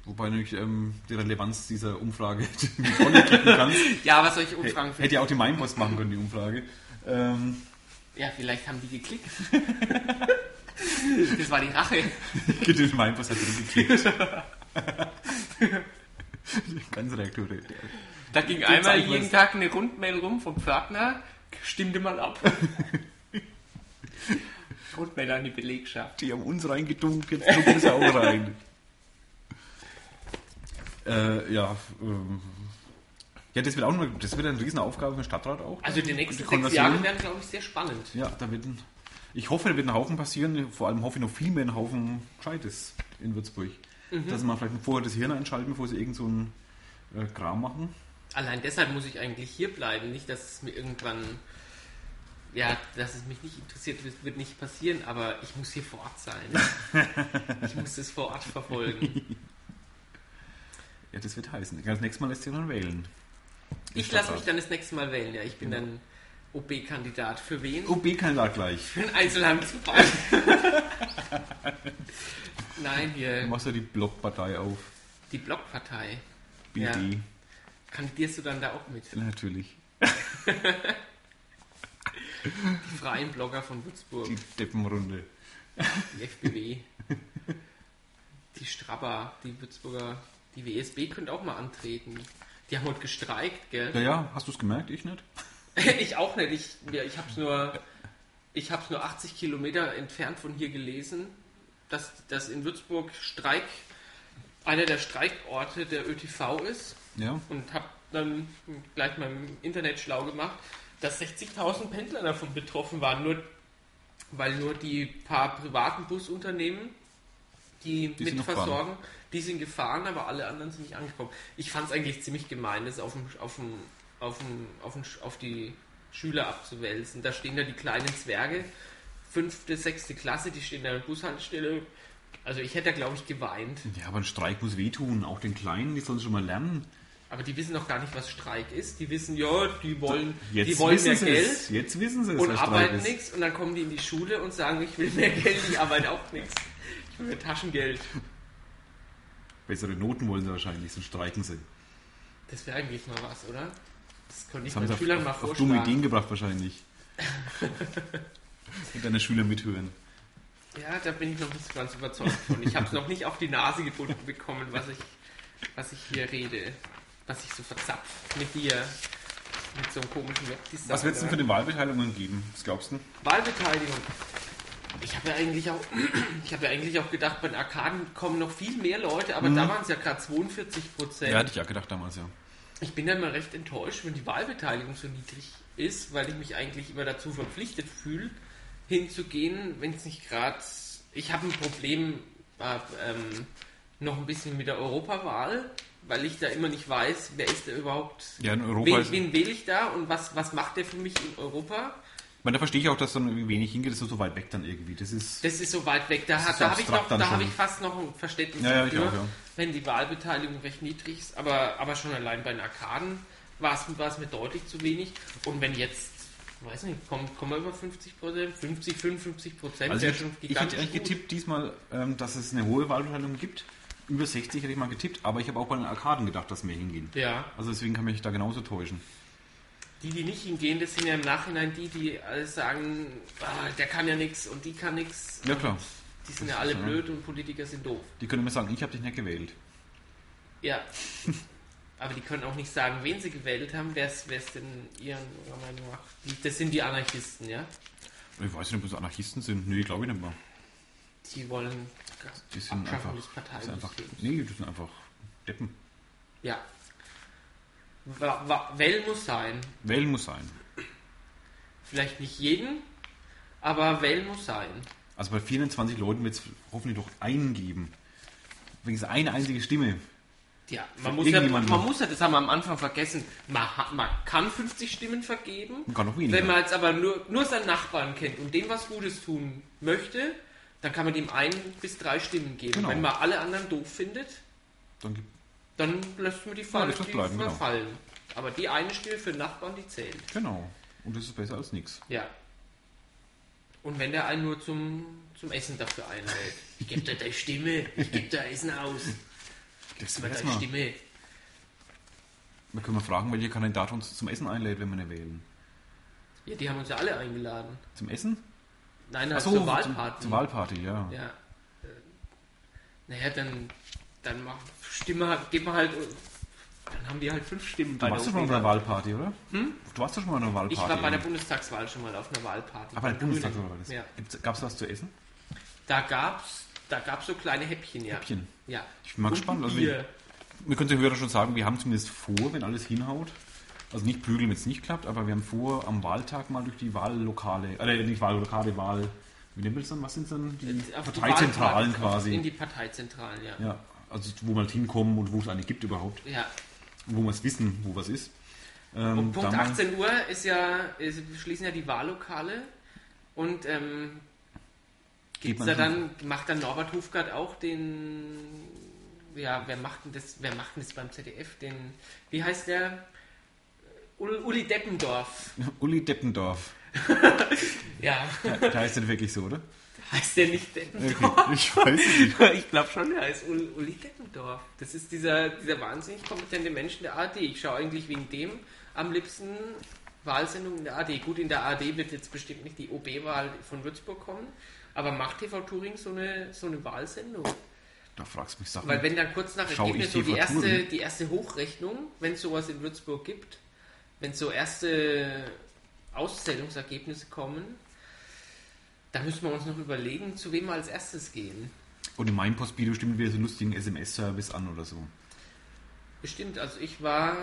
[SPEAKER 2] Wobei nämlich ähm, die Relevanz dieser Umfrage [LAUGHS] die du vorne klicken [LAUGHS] kannst.
[SPEAKER 1] Ja, was solche Umfragen
[SPEAKER 2] Hätte ja auch die Mainpost machen können, die Umfrage. Ähm, [LAUGHS]
[SPEAKER 1] Ja, vielleicht haben die geklickt. [LAUGHS] das war die Rache.
[SPEAKER 2] Geht in meinen Pass hat zurückgeklickt. [LAUGHS] Ganz Reaktor.
[SPEAKER 1] Da ging
[SPEAKER 2] Gibt's
[SPEAKER 1] einmal
[SPEAKER 2] eigentlich
[SPEAKER 1] jeden
[SPEAKER 2] was?
[SPEAKER 1] [LAUGHS] Tag eine Rundmail rum vom Pförtner, stimmte mal ab. Und mir dann die Belegschaft.
[SPEAKER 2] Die haben uns reingedunkt, jetzt dunkeln sie auch rein. [LAUGHS] äh, ja, ähm, ja, das wird auch nur, das wird eine Riesenaufgabe für den Stadtrat auch.
[SPEAKER 1] Also die nächsten sechs
[SPEAKER 2] Konversion.
[SPEAKER 1] Jahre werden, glaube ich, sehr spannend.
[SPEAKER 2] Ja, da wird ein, ich hoffe, da wird ein Haufen passieren. Vor allem hoffe ich noch viel mehr ein Haufen Gescheites in Würzburg.
[SPEAKER 1] Mhm.
[SPEAKER 2] Dass man vielleicht vorher das Hirn einschalten, bevor sie irgend so einen äh, Kram machen.
[SPEAKER 1] Allein deshalb muss ich eigentlich hier bleiben. Nicht, dass es mir irgendwann. Ja, dass es mich nicht interessiert, wird, wird nicht passieren, aber ich muss hier vor Ort sein. [LAUGHS] ich muss das vor Ort verfolgen.
[SPEAKER 2] Ja, das wird heißen. Das nächste Mal lässt sich dann wählen.
[SPEAKER 1] Ich Genau. lasse mich dann das nächste Mal wählen, ja. Ich bin dann OB-Kandidat. Für wen?
[SPEAKER 2] Oh, OB-Kandidat gleich.
[SPEAKER 1] Für den Einzelheim zu fallen. Nein,
[SPEAKER 2] Dann
[SPEAKER 1] hier.
[SPEAKER 2] machst du die Blockpartei auf.
[SPEAKER 1] Die Blockpartei.
[SPEAKER 2] BD.
[SPEAKER 1] Ja. Kandidierst du dann da auch mit?
[SPEAKER 2] Natürlich.
[SPEAKER 1] Die freien Blogger von Würzburg.
[SPEAKER 2] Die Deppenrunde.
[SPEAKER 1] Die FBW. die Strabber, die Würzburger, die WSB könnte auch mal antreten. Die haben heute gestreikt, gell? [LAUGHS]
[SPEAKER 2] Ja, ja, hast du es gemerkt? Ich nicht.
[SPEAKER 1] ich auch nicht. Ich, ja, ich habe es nur, ich hab's nur 80 Kilometer entfernt von hier gelesen, dass, dass in Würzburg Streik einer der Streikorte der ÖTV ist
[SPEAKER 2] Ja.
[SPEAKER 1] und habe dann gleich mal im Internet schlau gemacht, dass 60.000 Pendler davon betroffen waren, nur weil nur die paar privaten Busunternehmen, die,
[SPEAKER 2] Die sind noch
[SPEAKER 1] mitversorgen, die sind gefahren, aber alle anderen sind nicht angekommen. Ich fand es eigentlich ziemlich gemein, das auf, dem, auf, dem, auf, dem, auf, dem, auf die Schüler abzuwälzen. Da stehen da die kleinen Zwerge, fünfte, sechste Klasse, die stehen da in der Bushaltestelle. Also ich hätte da, glaube ich, geweint.
[SPEAKER 2] Ja, aber ein Streik muss wehtun. Auch den Kleinen, die sollen schon mal lernen.
[SPEAKER 1] Aber die wissen noch gar nicht, was Streik ist. Die wissen, ja, die wollen, die
[SPEAKER 2] Jetzt
[SPEAKER 1] wollen mehr
[SPEAKER 2] wissen sie
[SPEAKER 1] Geld
[SPEAKER 2] es. Jetzt wissen sie es,
[SPEAKER 1] und
[SPEAKER 2] was
[SPEAKER 1] arbeiten nichts. Und dann kommen die in die Schule und sagen, ich will mehr Geld, ich arbeite auch nichts. Ich will mehr Taschengeld.
[SPEAKER 2] Bessere Noten wollen sie wahrscheinlich, sonst streiken sie.
[SPEAKER 1] Das wäre eigentlich mal was, oder? Das könnte ich
[SPEAKER 2] Das haben sie
[SPEAKER 1] meinen
[SPEAKER 2] auf,
[SPEAKER 1] Schülern mal
[SPEAKER 2] auf, auf dumme Ideen
[SPEAKER 1] vorschlagen.
[SPEAKER 2] gebracht
[SPEAKER 1] [LAUGHS]
[SPEAKER 2] wahrscheinlich. Und deine Schüler mithören.
[SPEAKER 1] Ja, da bin ich noch nicht so ganz überzeugt von. Ich habe es noch nicht auf die Nase gebunden bekommen, was ich, was ich hier rede. Was ich so verzapft mit dir. Mit so einem komischen Webdesign.
[SPEAKER 2] Was wird es denn
[SPEAKER 1] oder?
[SPEAKER 2] für die Wahlbeteiligung geben? Was glaubst du?
[SPEAKER 1] Wahlbeteiligung. Ich habe ja eigentlich auch, [CLEARS THROAT] ich habe ja eigentlich auch gedacht, bei den Arkaden kommen noch viel mehr Leute,
[SPEAKER 2] Mhm.
[SPEAKER 1] aber da waren es ja gerade 42 Prozent.
[SPEAKER 2] ich auch gedacht damals, ja.
[SPEAKER 1] Ich bin dann mal recht enttäuscht, wenn die Wahlbeteiligung so niedrig ist, weil ich mich eigentlich immer dazu verpflichtet fühle, hinzugehen, wenn es nicht gerade. Ich habe ein Problem äh, ähm, noch ein bisschen mit der Europawahl, weil ich da immer nicht weiß, wer ist da überhaupt.
[SPEAKER 2] Ja, in Europa.
[SPEAKER 1] Wen,
[SPEAKER 2] ist-
[SPEAKER 1] wen wähle ich da und was, was macht der für mich in Europa?
[SPEAKER 2] Ich meine, da verstehe ich auch, dass dann irgendwie wenig hingeht, das ist so weit weg dann irgendwie. Das ist.
[SPEAKER 1] Das ist so weit weg. Da,
[SPEAKER 2] Das ist
[SPEAKER 1] hat-
[SPEAKER 2] so
[SPEAKER 1] da habe ich,
[SPEAKER 2] abstrakt
[SPEAKER 1] noch-
[SPEAKER 2] dann
[SPEAKER 1] da hab
[SPEAKER 2] schon.
[SPEAKER 1] ich fast noch ein Verständnis
[SPEAKER 2] Ja, ja, ich auch, ja.
[SPEAKER 1] wenn die Wahlbeteiligung recht niedrig ist. Aber, aber schon allein bei den Arkaden war es war es mir deutlich zu wenig. Und wenn jetzt, weiß nicht, kommen, kommen wir über 50 Prozent? 50, 55 Prozent
[SPEAKER 2] Also
[SPEAKER 1] wäre
[SPEAKER 2] ich,
[SPEAKER 1] schon
[SPEAKER 2] ich hätte
[SPEAKER 1] gigantisch
[SPEAKER 2] eigentlich
[SPEAKER 1] gut.
[SPEAKER 2] getippt diesmal, ähm, dass es eine hohe Wahlbeteiligung gibt. Über 60 hätte ich mal getippt, aber ich habe auch bei den Arkaden gedacht, dass mehr hingehen.
[SPEAKER 1] Ja,
[SPEAKER 2] Also deswegen kann mich da genauso täuschen.
[SPEAKER 1] die, die nicht hingehen, das sind ja im Nachhinein die, die alles sagen, ah, der kann ja nichts und die kann nichts.
[SPEAKER 2] Ja klar,
[SPEAKER 1] Die sind ja
[SPEAKER 2] das
[SPEAKER 1] alle
[SPEAKER 2] ist, ja.
[SPEAKER 1] blöd und Politiker sind doof.
[SPEAKER 2] die können mir sagen, ich habe dich nicht gewählt.
[SPEAKER 1] Ja. [LAUGHS] Aber die können auch nicht sagen, wen sie gewählt haben. Wer ist denn ihren, ihrer Meinung nach? Die, das sind die Anarchisten, ja?
[SPEAKER 2] Ich weiß nicht, ob das Anarchisten sind. Nee, glaube ich nicht mal.
[SPEAKER 1] Die wollen
[SPEAKER 2] Die sind einfach,
[SPEAKER 1] Abschaffung des
[SPEAKER 2] das sind einfach.
[SPEAKER 1] Parteisystems.
[SPEAKER 2] Nee, das sind einfach Deppen.
[SPEAKER 1] Ja. Wa- wa- Wählen muss sein.
[SPEAKER 2] Wählen muss sein.
[SPEAKER 1] Vielleicht nicht jeden, aber wählen muss sein.
[SPEAKER 2] Also bei 24 Leuten wird es hoffentlich doch einen geben. Wenigstens eine einzige Stimme.
[SPEAKER 1] Ja,
[SPEAKER 2] Für
[SPEAKER 1] man muss ja, man
[SPEAKER 2] irgendjemanden.
[SPEAKER 1] muss ja, das haben wir am Anfang vergessen, man, hat, man kann 50 Stimmen vergeben.
[SPEAKER 2] Man kann auch weniger.
[SPEAKER 1] Wenn man jetzt aber nur, nur seinen Nachbarn kennt und dem was Gutes tun möchte, dann kann man dem ein bis drei Stimmen geben.
[SPEAKER 2] Genau.
[SPEAKER 1] Wenn man alle anderen doof findet,
[SPEAKER 2] Dann gibt
[SPEAKER 1] dann lässt man die fallen.
[SPEAKER 2] lässt das
[SPEAKER 1] die
[SPEAKER 2] bleiben, genau.
[SPEAKER 1] fallen. Aber die eine Stimme für den Nachbarn, die zählt.
[SPEAKER 2] Genau. Und das ist besser als nichts.
[SPEAKER 1] Ja. Und wenn der einen nur zum, zum Essen dafür einlädt. Ich gebe dir deine Stimme, ich gebe dir Essen aus.
[SPEAKER 2] Das
[SPEAKER 1] Aber
[SPEAKER 2] wär's
[SPEAKER 1] deine
[SPEAKER 2] mal.
[SPEAKER 1] Stimme.
[SPEAKER 2] Wir können mal fragen, welcher Kandidat uns zum Essen einlädt, wenn wir ihn wählen.
[SPEAKER 1] Ja, die haben uns ja alle eingeladen.
[SPEAKER 2] Zum Essen?
[SPEAKER 1] Nein, halt
[SPEAKER 2] Ach so,
[SPEAKER 1] zur Wahlparty.
[SPEAKER 2] Zur Wahlparty, ja.
[SPEAKER 1] Ja. Äh, Naja, dann, dann mach, stimme, gib mal halt Dann haben wir halt fünf Stimmen
[SPEAKER 2] Du warst doch schon mal auf einer
[SPEAKER 1] OP-Wahl.
[SPEAKER 2] Wahlparty, oder? Du warst doch schon mal auf einer Wahlparty.
[SPEAKER 1] Hm? Ich war bei der Bundestagswahl schon mal auf einer Wahlparty.
[SPEAKER 2] Ah, bei der
[SPEAKER 1] Grünen.
[SPEAKER 2] Bundestagswahl war das.
[SPEAKER 1] Ja.
[SPEAKER 2] Gibt's- Gab's was zu essen?
[SPEAKER 1] Da gab's, da gab's so kleine Häppchen, ja.
[SPEAKER 2] Häppchen.
[SPEAKER 1] Ja.
[SPEAKER 2] Ich bin mal
[SPEAKER 1] Und
[SPEAKER 2] gespannt. Also wir,
[SPEAKER 1] Bier.
[SPEAKER 2] wir können den Hörern schon sagen, wir haben zumindest vor, wenn alles hinhaut. Also nicht Prügeln, wenn es nicht klappt, aber wir haben vor, am Wahltag mal durch die Wahllokale, äh, nicht Wahllokale, Wahl, wie nennt man das dann? Was sind dann die
[SPEAKER 1] Äh, Auf die
[SPEAKER 2] Parteizentralen
[SPEAKER 1] Wahlparty-
[SPEAKER 2] quasi?
[SPEAKER 1] In die Parteizentralen, ja.
[SPEAKER 2] ja, also wo man halt hinkommen und wo es eine gibt überhaupt,
[SPEAKER 1] ja.
[SPEAKER 2] wo man es wissen, wo was ist. Ähm,
[SPEAKER 1] Und Punkt
[SPEAKER 2] da mal-
[SPEAKER 1] 18 Uhr ist ja, ist, schließen ja die Wahllokale und ähm,
[SPEAKER 2] Geht
[SPEAKER 1] gibt's
[SPEAKER 2] man
[SPEAKER 1] da
[SPEAKER 2] schon-
[SPEAKER 1] dann, macht dann Norbert Hofgart auch den, ja, wer macht denn das, wer macht denn das beim ZDF, den, wie heißt der? Ul- Uli Deppendorf.
[SPEAKER 2] [LAUGHS] Uli Deppendorf.
[SPEAKER 1] Ja, [LAUGHS]
[SPEAKER 2] Ja, der heißt denn wirklich so, oder?
[SPEAKER 1] heißt der nicht Deppendorf?
[SPEAKER 2] Okay, ich weiß es nicht.
[SPEAKER 1] Ich glaube schon, er heißt Ul- Uli Deppendorf. Das ist dieser, dieser wahnsinnig kompetente Mensch in der AD. Ich schaue eigentlich wegen dem am liebsten Wahlsendungen in der AD. Gut, in der AD wird jetzt bestimmt nicht die OB-Wahl von Würzburg kommen, aber macht TV Turing so eine, so eine Wahlsendung?
[SPEAKER 2] Da fragst du mich Sachen.
[SPEAKER 1] Weil wenn dann kurz nach
[SPEAKER 2] Hm. Schau
[SPEAKER 1] Ergebnis
[SPEAKER 2] ich
[SPEAKER 1] so die
[SPEAKER 2] TV
[SPEAKER 1] erste,
[SPEAKER 2] Turing?
[SPEAKER 1] die erste Hochrechnung, wenn es sowas in Würzburg gibt, wenn so erste Auszählungsergebnisse kommen, dann müssen wir uns noch überlegen, zu wem wir als erstes gehen.
[SPEAKER 2] Und in meinem Postbido stimmen wir so einen lustigen SMS-Service an oder so.
[SPEAKER 1] Bestimmt, also ich war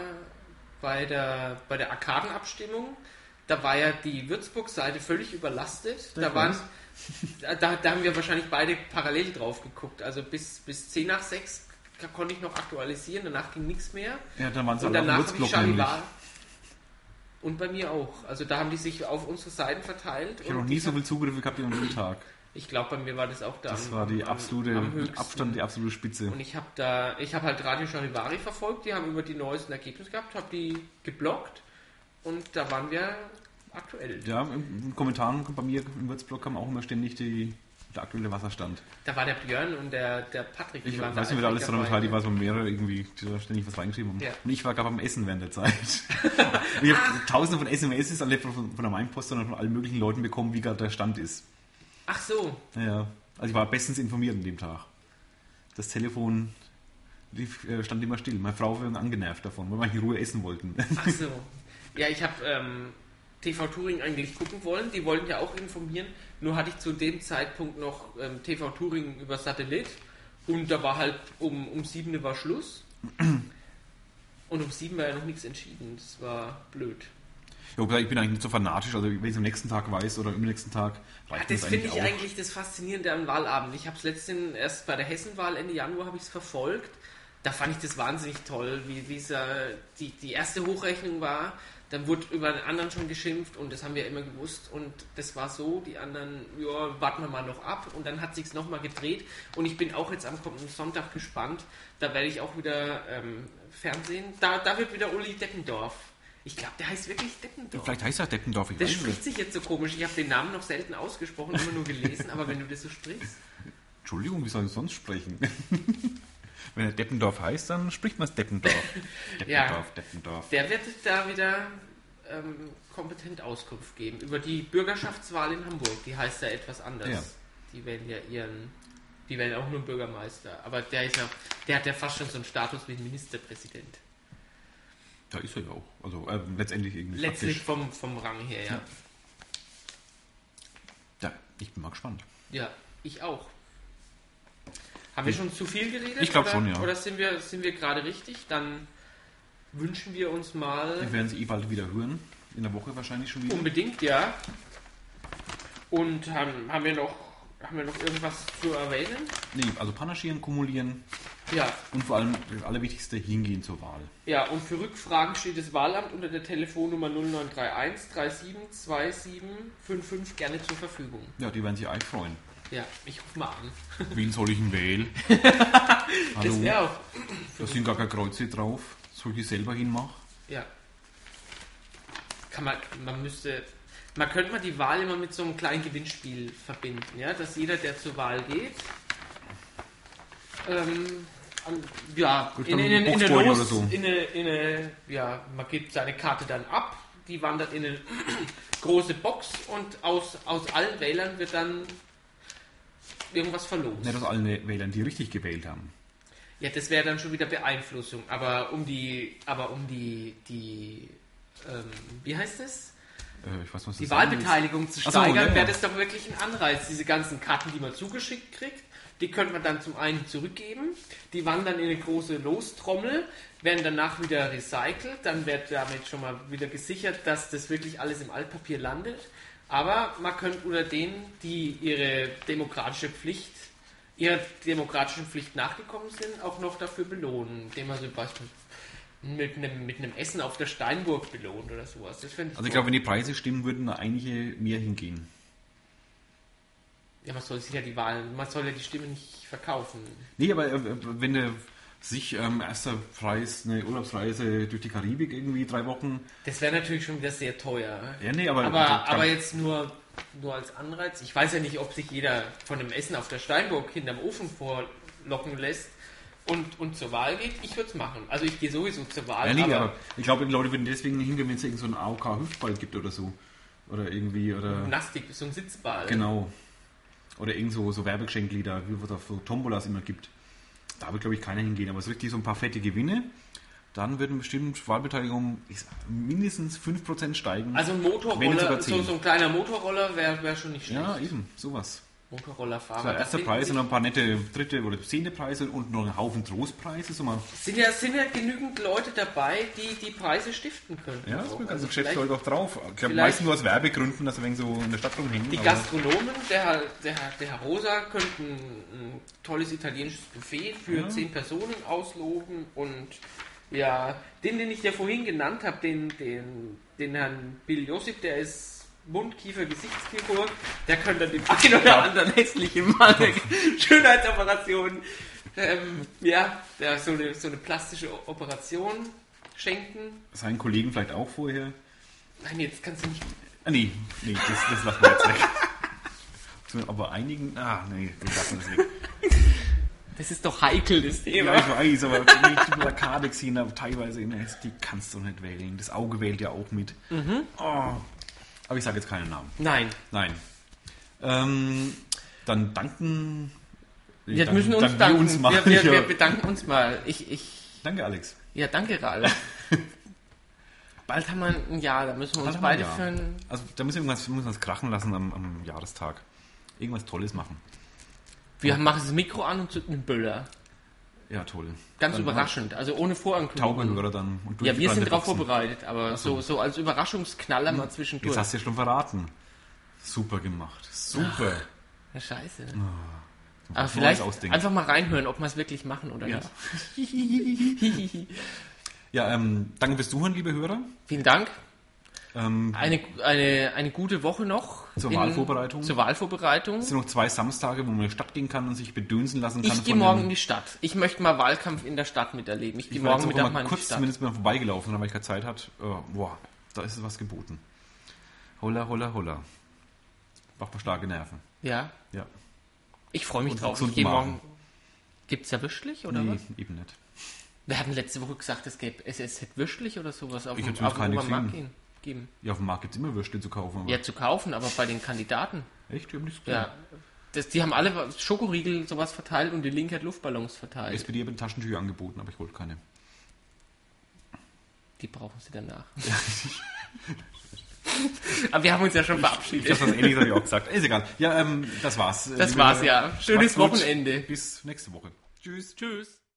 [SPEAKER 1] bei der, bei der Arkadenabstimmung, da war ja die Würzburg-Seite völlig überlastet.
[SPEAKER 2] Ja,
[SPEAKER 1] Da,
[SPEAKER 2] ich
[SPEAKER 1] waren,
[SPEAKER 2] weiß.
[SPEAKER 1] da, da haben wir wahrscheinlich beide parallel drauf geguckt. Also bis, bis 10 nach 6 ka- konnte ich noch aktualisieren, danach ging nichts mehr.
[SPEAKER 2] Ja, dann waren sie
[SPEAKER 1] Und
[SPEAKER 2] alle auf dem
[SPEAKER 1] danach habe ich
[SPEAKER 2] Würzblock Also nämlich.
[SPEAKER 1] Charivar. Und bei mir auch. Also da haben die sich auf unsere Seiten verteilt.
[SPEAKER 2] Ich habe noch
[SPEAKER 1] und
[SPEAKER 2] nie
[SPEAKER 1] ich
[SPEAKER 2] so viel Zugriffe gehabt wie an diesem Tag.
[SPEAKER 1] ich glaube, bei mir war das auch da.
[SPEAKER 2] Das
[SPEAKER 1] am-
[SPEAKER 2] war die
[SPEAKER 1] am-
[SPEAKER 2] absolute,
[SPEAKER 1] am
[SPEAKER 2] mit
[SPEAKER 1] höchsten.
[SPEAKER 2] Abstand die absolute Spitze.
[SPEAKER 1] Und ich habe da, ich habe halt Radio Charivari verfolgt, die haben über die neuesten Ergebnisse gehabt, habe die geblockt und da waren wir aktuell.
[SPEAKER 2] Ja, in den Kommentaren bei mir im Würzblock kam auch immer ständig die, der aktuelle Wasserstand.
[SPEAKER 1] Da war der Björn und der, der Patrick.
[SPEAKER 2] Ich
[SPEAKER 1] waren
[SPEAKER 2] weiß nicht, wer da alles daran
[SPEAKER 1] eifrig
[SPEAKER 2] beteiligt war, es waren mehrere irgendwie, die da ständig was reingeschrieben haben.
[SPEAKER 1] Ja. Ah.
[SPEAKER 2] Und ich war gerade am Essen während der Zeit. [LAUGHS] Und ich habe tausende von SMS alle von, von der Mainpost, sondern von allen möglichen Leuten bekommen, wie gerade der Stand ist.
[SPEAKER 1] Ach so,
[SPEAKER 2] Naja, also ich war bestens informiert an dem Tag. Das Telefon lief, äh, stand immer still. Meine Frau war angenervt davon, weil wir in Ruhe essen wollten. [LAUGHS]
[SPEAKER 1] ach so. ja, ich habe ähm, TV Touring eigentlich gucken wollen, die wollten ja auch informieren, nur hatte ich zu dem Zeitpunkt noch ähm, TV Touring über Satellit und da war halt um, um sieben war Schluss und um sieben war ja noch nichts entschieden, das war blöd.
[SPEAKER 2] Ja, wobei ich bin eigentlich nicht so fanatisch, also wenn ich es am nächsten Tag weiß oder im nächsten Tag, reicht mir
[SPEAKER 1] Das
[SPEAKER 2] das
[SPEAKER 1] finde
[SPEAKER 2] eigentlich
[SPEAKER 1] ich
[SPEAKER 2] auch.
[SPEAKER 1] eigentlich das Faszinierende am Wahlabend. Ich habe es letztens erst bei der Hessenwahl Ende Januar habe ich es verfolgt. Da fand ich das wahnsinnig toll, wie wie es, äh, die, die erste Hochrechnung war. Dann wurde über den anderen schon geschimpft und das haben wir immer gewusst. Und das war so, die anderen, ja, warten wir mal noch ab. Und dann hat sich's nochmal gedreht. Und ich bin auch jetzt am kommenden Sonntag gespannt. Da werde ich auch wieder ähm, Fernsehen. Da, da wird wieder Uli Deppendorf. Ich glaube, der heißt wirklich Deppendorf.
[SPEAKER 2] Vielleicht heißt er Deppendorf, ich
[SPEAKER 1] Der
[SPEAKER 2] weiß es
[SPEAKER 1] spricht
[SPEAKER 2] nicht.
[SPEAKER 1] sich jetzt so komisch. Ich habe den Namen noch selten ausgesprochen, immer nur gelesen, aber wenn du das so sprichst.
[SPEAKER 2] Entschuldigung, wie soll ich sonst sprechen? [LAUGHS] wenn er Deppendorf heißt, dann spricht man es Deppendorf. Deppendorf,
[SPEAKER 1] [LAUGHS] Ja.
[SPEAKER 2] Deppendorf.
[SPEAKER 1] Der wird da wieder ähm, kompetent Auskunft geben. Über die Bürgerschaftswahl in Hamburg, die heißt ja etwas anders.
[SPEAKER 2] Ja.
[SPEAKER 1] Die wählen ja ihren. Die wählen auch nur einen Bürgermeister. Aber der ist ja, der hat ja fast schon so einen Status wie ein Ministerpräsident.
[SPEAKER 2] Da ist er ja auch. Also ähm, letztendlich irgendwie
[SPEAKER 1] Letztlich
[SPEAKER 2] faktisch.
[SPEAKER 1] vom, vom Rang her, ja.
[SPEAKER 2] Ja, ich bin mal gespannt.
[SPEAKER 1] Ja, ich auch. Haben wir schon zu viel geredet?
[SPEAKER 2] Hm. Ich glaub
[SPEAKER 1] oder-
[SPEAKER 2] schon, ja.
[SPEAKER 1] Oder sind wir, sind wir gerade richtig? Dann wünschen wir uns mal.
[SPEAKER 2] Wir werden sie eh bald wieder hören. In der Woche wahrscheinlich schon wieder.
[SPEAKER 1] Unbedingt, ja. Und haben, haben, wir noch, haben wir noch irgendwas zu erwähnen?
[SPEAKER 2] Nee, also panaschieren, kumulieren
[SPEAKER 1] Ja.
[SPEAKER 2] und vor allem das Allerwichtigste, hingehen zur Wahl.
[SPEAKER 1] Ja, und für Rückfragen steht das Wahlamt unter der Telefonnummer 0931 37 27 55 gerne zur Verfügung.
[SPEAKER 2] Ja, die werden sich eigentlich freuen.
[SPEAKER 1] Ja, ich ruf mal an.
[SPEAKER 2] Wen soll ich denn wählen?
[SPEAKER 1] [LAUGHS] Das
[SPEAKER 2] Hallo,
[SPEAKER 1] wäre auch.
[SPEAKER 2] da sind gar keine Kreuze drauf. Soll ich die selber hinmachen?
[SPEAKER 1] Ja. Kann man, man müsste. Man könnte mal die Wahl immer mit so einem kleinen Gewinnspiel verbinden, ja, dass jeder, der zur Wahl geht, ähm, an, ja,
[SPEAKER 2] Gut,
[SPEAKER 1] in,
[SPEAKER 2] dann
[SPEAKER 1] in, in, in eine
[SPEAKER 2] Buchtbeutel
[SPEAKER 1] Los,
[SPEAKER 2] oder so.
[SPEAKER 1] in eine, in eine, ja, man gibt seine Karte dann ab, die wandert in eine [CLEARS THROAT] große Box und aus, aus allen Wählern wird dann irgendwas verlost.
[SPEAKER 2] Nicht aus allen Wählern, die richtig gewählt haben.
[SPEAKER 1] Ja, das wäre dann schon wieder Beeinflussung, aber um die, aber um die, die, ähm, wie heißt es?
[SPEAKER 2] Äh, ich weiß, was
[SPEAKER 1] Die
[SPEAKER 2] das andere ist.
[SPEAKER 1] Wahlbeteiligung zu
[SPEAKER 2] Ach so,
[SPEAKER 1] steigern,
[SPEAKER 2] ja, ja.
[SPEAKER 1] wäre das doch wirklich ein Anreiz. Diese ganzen Karten, die man zugeschickt kriegt, die könnte man dann zum einen zurückgeben, die wandern in eine große Lostrommel, werden danach wieder recycelt, dann wird damit schon mal wieder gesichert, dass das wirklich alles im Altpapier landet. Aber man könnte unter denen, die ihre demokratische Pflicht, ihrer demokratischen Pflicht nachgekommen sind, auch noch dafür belohnen, indem man sie beispielsweise mit einem, mit einem Essen auf der Steinburg belohnt oder sowas. Das fände
[SPEAKER 2] Also ich
[SPEAKER 1] so.
[SPEAKER 2] glaube, wenn die Preise stimmen, würden da einige mehr hingehen.
[SPEAKER 1] Ja, man soll sich ja die Wahlen, man soll ja die Stimme nicht verkaufen.
[SPEAKER 2] Nee, aber äh, wenn der sich ähm, erster Preis eine Urlaubsreise durch die Karibik irgendwie drei Wochen.
[SPEAKER 1] Das wäre natürlich schon wieder sehr teuer.
[SPEAKER 2] Ja, nee, aber, also,
[SPEAKER 1] Aber, aber
[SPEAKER 2] glaub-
[SPEAKER 1] jetzt nur, nur als Anreiz. Ich weiß ja nicht, ob sich jeder von dem Essen auf der Steinburg hinterm Ofen vorlocken lässt und, und zur Wahl geht. Ich würde es machen. Also ich gehe sowieso zur Wahl.
[SPEAKER 2] ja, nee, aber,
[SPEAKER 1] aber
[SPEAKER 2] ich glaube, die Leute würden deswegen nicht hingehen, wenn es irgend so einen AOK-Hüftball gibt oder so. Oder irgendwie, oder.
[SPEAKER 1] Gymnastik, so ein Sitzball.
[SPEAKER 2] Genau. Oder irgend so, so Werbegeschenklieder, wie es auf so Tombolas immer gibt. Da wird, glaube ich, keiner hingehen. Aber es richtig so ein paar fette Gewinne. Dann würden bestimmt Wahlbeteiligung ich sag, mindestens 5% steigen.
[SPEAKER 1] Also ein
[SPEAKER 2] Wenn sogar
[SPEAKER 1] Motorroller, so,
[SPEAKER 2] zehn.
[SPEAKER 1] so ein kleiner Motorroller wäre wär schon nicht schlecht.
[SPEAKER 2] ja, eben, sowas.
[SPEAKER 1] Motorrollerfahrer.
[SPEAKER 2] So,
[SPEAKER 1] da
[SPEAKER 2] erster
[SPEAKER 1] finden
[SPEAKER 2] halt Preis
[SPEAKER 1] sich-
[SPEAKER 2] und noch ein paar nette dritte oder zehnte Preise und noch einen Haufen Trostpreise. So mal,
[SPEAKER 1] sind ja, sind ja genügend Leute dabei, die die Preise stiften können.
[SPEAKER 2] ja,
[SPEAKER 1] auch.
[SPEAKER 2] das wird
[SPEAKER 1] Also
[SPEAKER 2] also Geschäft
[SPEAKER 1] vielleicht-
[SPEAKER 2] Leute auch drauf. Ich glaube,
[SPEAKER 1] vielleicht-
[SPEAKER 2] meistens nur aus Werbegründen, dass sie wegen so in der Stadt rumhängen.
[SPEAKER 1] Die
[SPEAKER 2] aber-
[SPEAKER 1] Gastronomen, der, Herr- der, Herr- der Herr Rosa, könnten ein tolles italienisches Buffet für
[SPEAKER 2] Ja.
[SPEAKER 1] zehn Personen ausloben und ja, den, den ich ja vorhin genannt habe, den, den, den Herrn Bill Josip, der ist Mund, Kiefer, Gesichtschirurg, der könnte dann dem einen oder anderen hässlichen Mann [LAUGHS] Schönheitsoperationen, ähm, ja, der so eine, so eine plastische O- Operation schenken.
[SPEAKER 2] Seinen Kollegen vielleicht auch vorher.
[SPEAKER 1] Nein, jetzt kannst du nicht
[SPEAKER 2] Ah, nee, nee, das, das lassen wir jetzt
[SPEAKER 1] [LAUGHS]
[SPEAKER 2] weg. Zu- Aber einigen, ah, nee, das lassen wir jetzt weg.
[SPEAKER 1] Das ist doch heikel, das Thema.
[SPEAKER 2] Ja, ich weiß, aber wenn ich die Plakate gesehen habe, teilweise, nee, die kannst du nicht wählen. Das Auge wählt ja auch mit.
[SPEAKER 1] Mhm.
[SPEAKER 2] Oh. Aber ich sage jetzt keinen Namen.
[SPEAKER 1] Nein.
[SPEAKER 2] Nein. Ähm, dann danken. nee,
[SPEAKER 1] Wir
[SPEAKER 2] dann-
[SPEAKER 1] müssen uns
[SPEAKER 2] dann
[SPEAKER 1] danken.
[SPEAKER 2] Wir uns mal.
[SPEAKER 1] wir,
[SPEAKER 2] [LAUGHS]
[SPEAKER 1] wir,
[SPEAKER 2] ja.
[SPEAKER 1] wir bedanken uns mal. Ich, ich,
[SPEAKER 2] Danke, Alex.
[SPEAKER 1] ja,
[SPEAKER 2] [LAUGHS]
[SPEAKER 1] danke, Ralf. Bald haben wir ein Jahr, da müssen wir
[SPEAKER 2] Warte
[SPEAKER 1] uns
[SPEAKER 2] mal,
[SPEAKER 1] beide
[SPEAKER 2] ja.
[SPEAKER 1] für ein.
[SPEAKER 2] Also, da müssen wir irgendwas, müssen wir was krachen lassen am, am Jahrestag. Irgendwas Tolles machen.
[SPEAKER 1] Wir machen das Mikro an und zünden einen Böller.
[SPEAKER 2] Ja, toll.
[SPEAKER 1] Ganz
[SPEAKER 2] Dann-
[SPEAKER 1] überraschend, also ohne Vorankündigung.
[SPEAKER 2] Taubenhörer dann. Und
[SPEAKER 1] Ja, wir
[SPEAKER 2] durchgebrannte
[SPEAKER 1] sind drauf
[SPEAKER 2] Boxen. Hm.
[SPEAKER 1] vorbereitet, aber so, so als Überraschungsknaller mal zwischendurch.
[SPEAKER 2] Jetzt hast du ja schon verraten. Super gemacht. Super.
[SPEAKER 1] Ja, Scheiße.
[SPEAKER 2] Ah. Neues
[SPEAKER 1] Aber vielleicht
[SPEAKER 2] ausdenken.
[SPEAKER 1] einfach mal reinhören, ob wir es wirklich machen oder
[SPEAKER 2] Ja.
[SPEAKER 1] nicht. [LAUGHS]
[SPEAKER 2] Ja, ähm, danke fürs Zuhören, liebe Hörer.
[SPEAKER 1] Vielen Dank.
[SPEAKER 2] Ähm,
[SPEAKER 1] Eine, eine, eine gute Woche noch.
[SPEAKER 2] Zur Wahlvorbereitung.
[SPEAKER 1] Zur Wahlvorbereitung.
[SPEAKER 2] es sind noch zwei Samstage, wo man in die Stadt gehen kann und sich bedönsen lassen kann.
[SPEAKER 1] Ich gehe
[SPEAKER 2] von
[SPEAKER 1] morgen
[SPEAKER 2] dem-
[SPEAKER 1] in die Stadt. Ich möchte mal Wahlkampf in der Stadt miterleben. Ich gehe
[SPEAKER 2] Ich war jetzt
[SPEAKER 1] morgen
[SPEAKER 2] auch
[SPEAKER 1] Mittag mal
[SPEAKER 2] mal
[SPEAKER 1] in die
[SPEAKER 2] kurz
[SPEAKER 1] Stadt.
[SPEAKER 2] zumindest mal vorbeigelaufen, weil ich keine Zeit hatte. Äh, boah, da ist was geboten. Holla, holla, holla. Macht mal starke Nerven.
[SPEAKER 1] Ja,
[SPEAKER 2] Ja,
[SPEAKER 1] ich freue mich
[SPEAKER 2] Und
[SPEAKER 1] drauf. Ich
[SPEAKER 2] gesunden
[SPEAKER 1] gehe
[SPEAKER 2] Magen.
[SPEAKER 1] morgen. Gibt es ja wöchentlich oder
[SPEAKER 2] nee,
[SPEAKER 1] was?
[SPEAKER 2] eben nicht.
[SPEAKER 1] Wir hatten letzte Woche gesagt, es gäbe es, es hätte wöchentlich oder sowas auf
[SPEAKER 2] Ich
[SPEAKER 1] dem,
[SPEAKER 2] hab zumindest
[SPEAKER 1] auf dem
[SPEAKER 2] keine
[SPEAKER 1] Obermarkt gehen, geben.
[SPEAKER 2] Ja, auf dem Markt gibt es immer Würste zu kaufen. aber-
[SPEAKER 1] Ja, zu kaufen, aber bei den Kandidaten.
[SPEAKER 2] Echt? Ich hab nichts
[SPEAKER 1] Ja.
[SPEAKER 2] gesehen.
[SPEAKER 1] Das, die haben alle Schokoriegel sowas verteilt und die Linke hat Luftballons verteilt.
[SPEAKER 2] SPD hat mir Taschentücher angeboten, aber ich wollte keine.
[SPEAKER 1] die brauchen
[SPEAKER 2] [LAUGHS]
[SPEAKER 1] sie danach. aber wir haben uns ja schon verabschiedet.
[SPEAKER 2] Ich habe das ähnliches hab ich auch gesagt. Ist egal. Ja, ähm, das war's.
[SPEAKER 1] das
[SPEAKER 2] Liebe
[SPEAKER 1] war's
[SPEAKER 2] Hörer,
[SPEAKER 1] ja. Schönes
[SPEAKER 2] macht's gut.
[SPEAKER 1] Wochenende.
[SPEAKER 2] Bis nächste Woche. Tschüss.
[SPEAKER 1] Tschüss.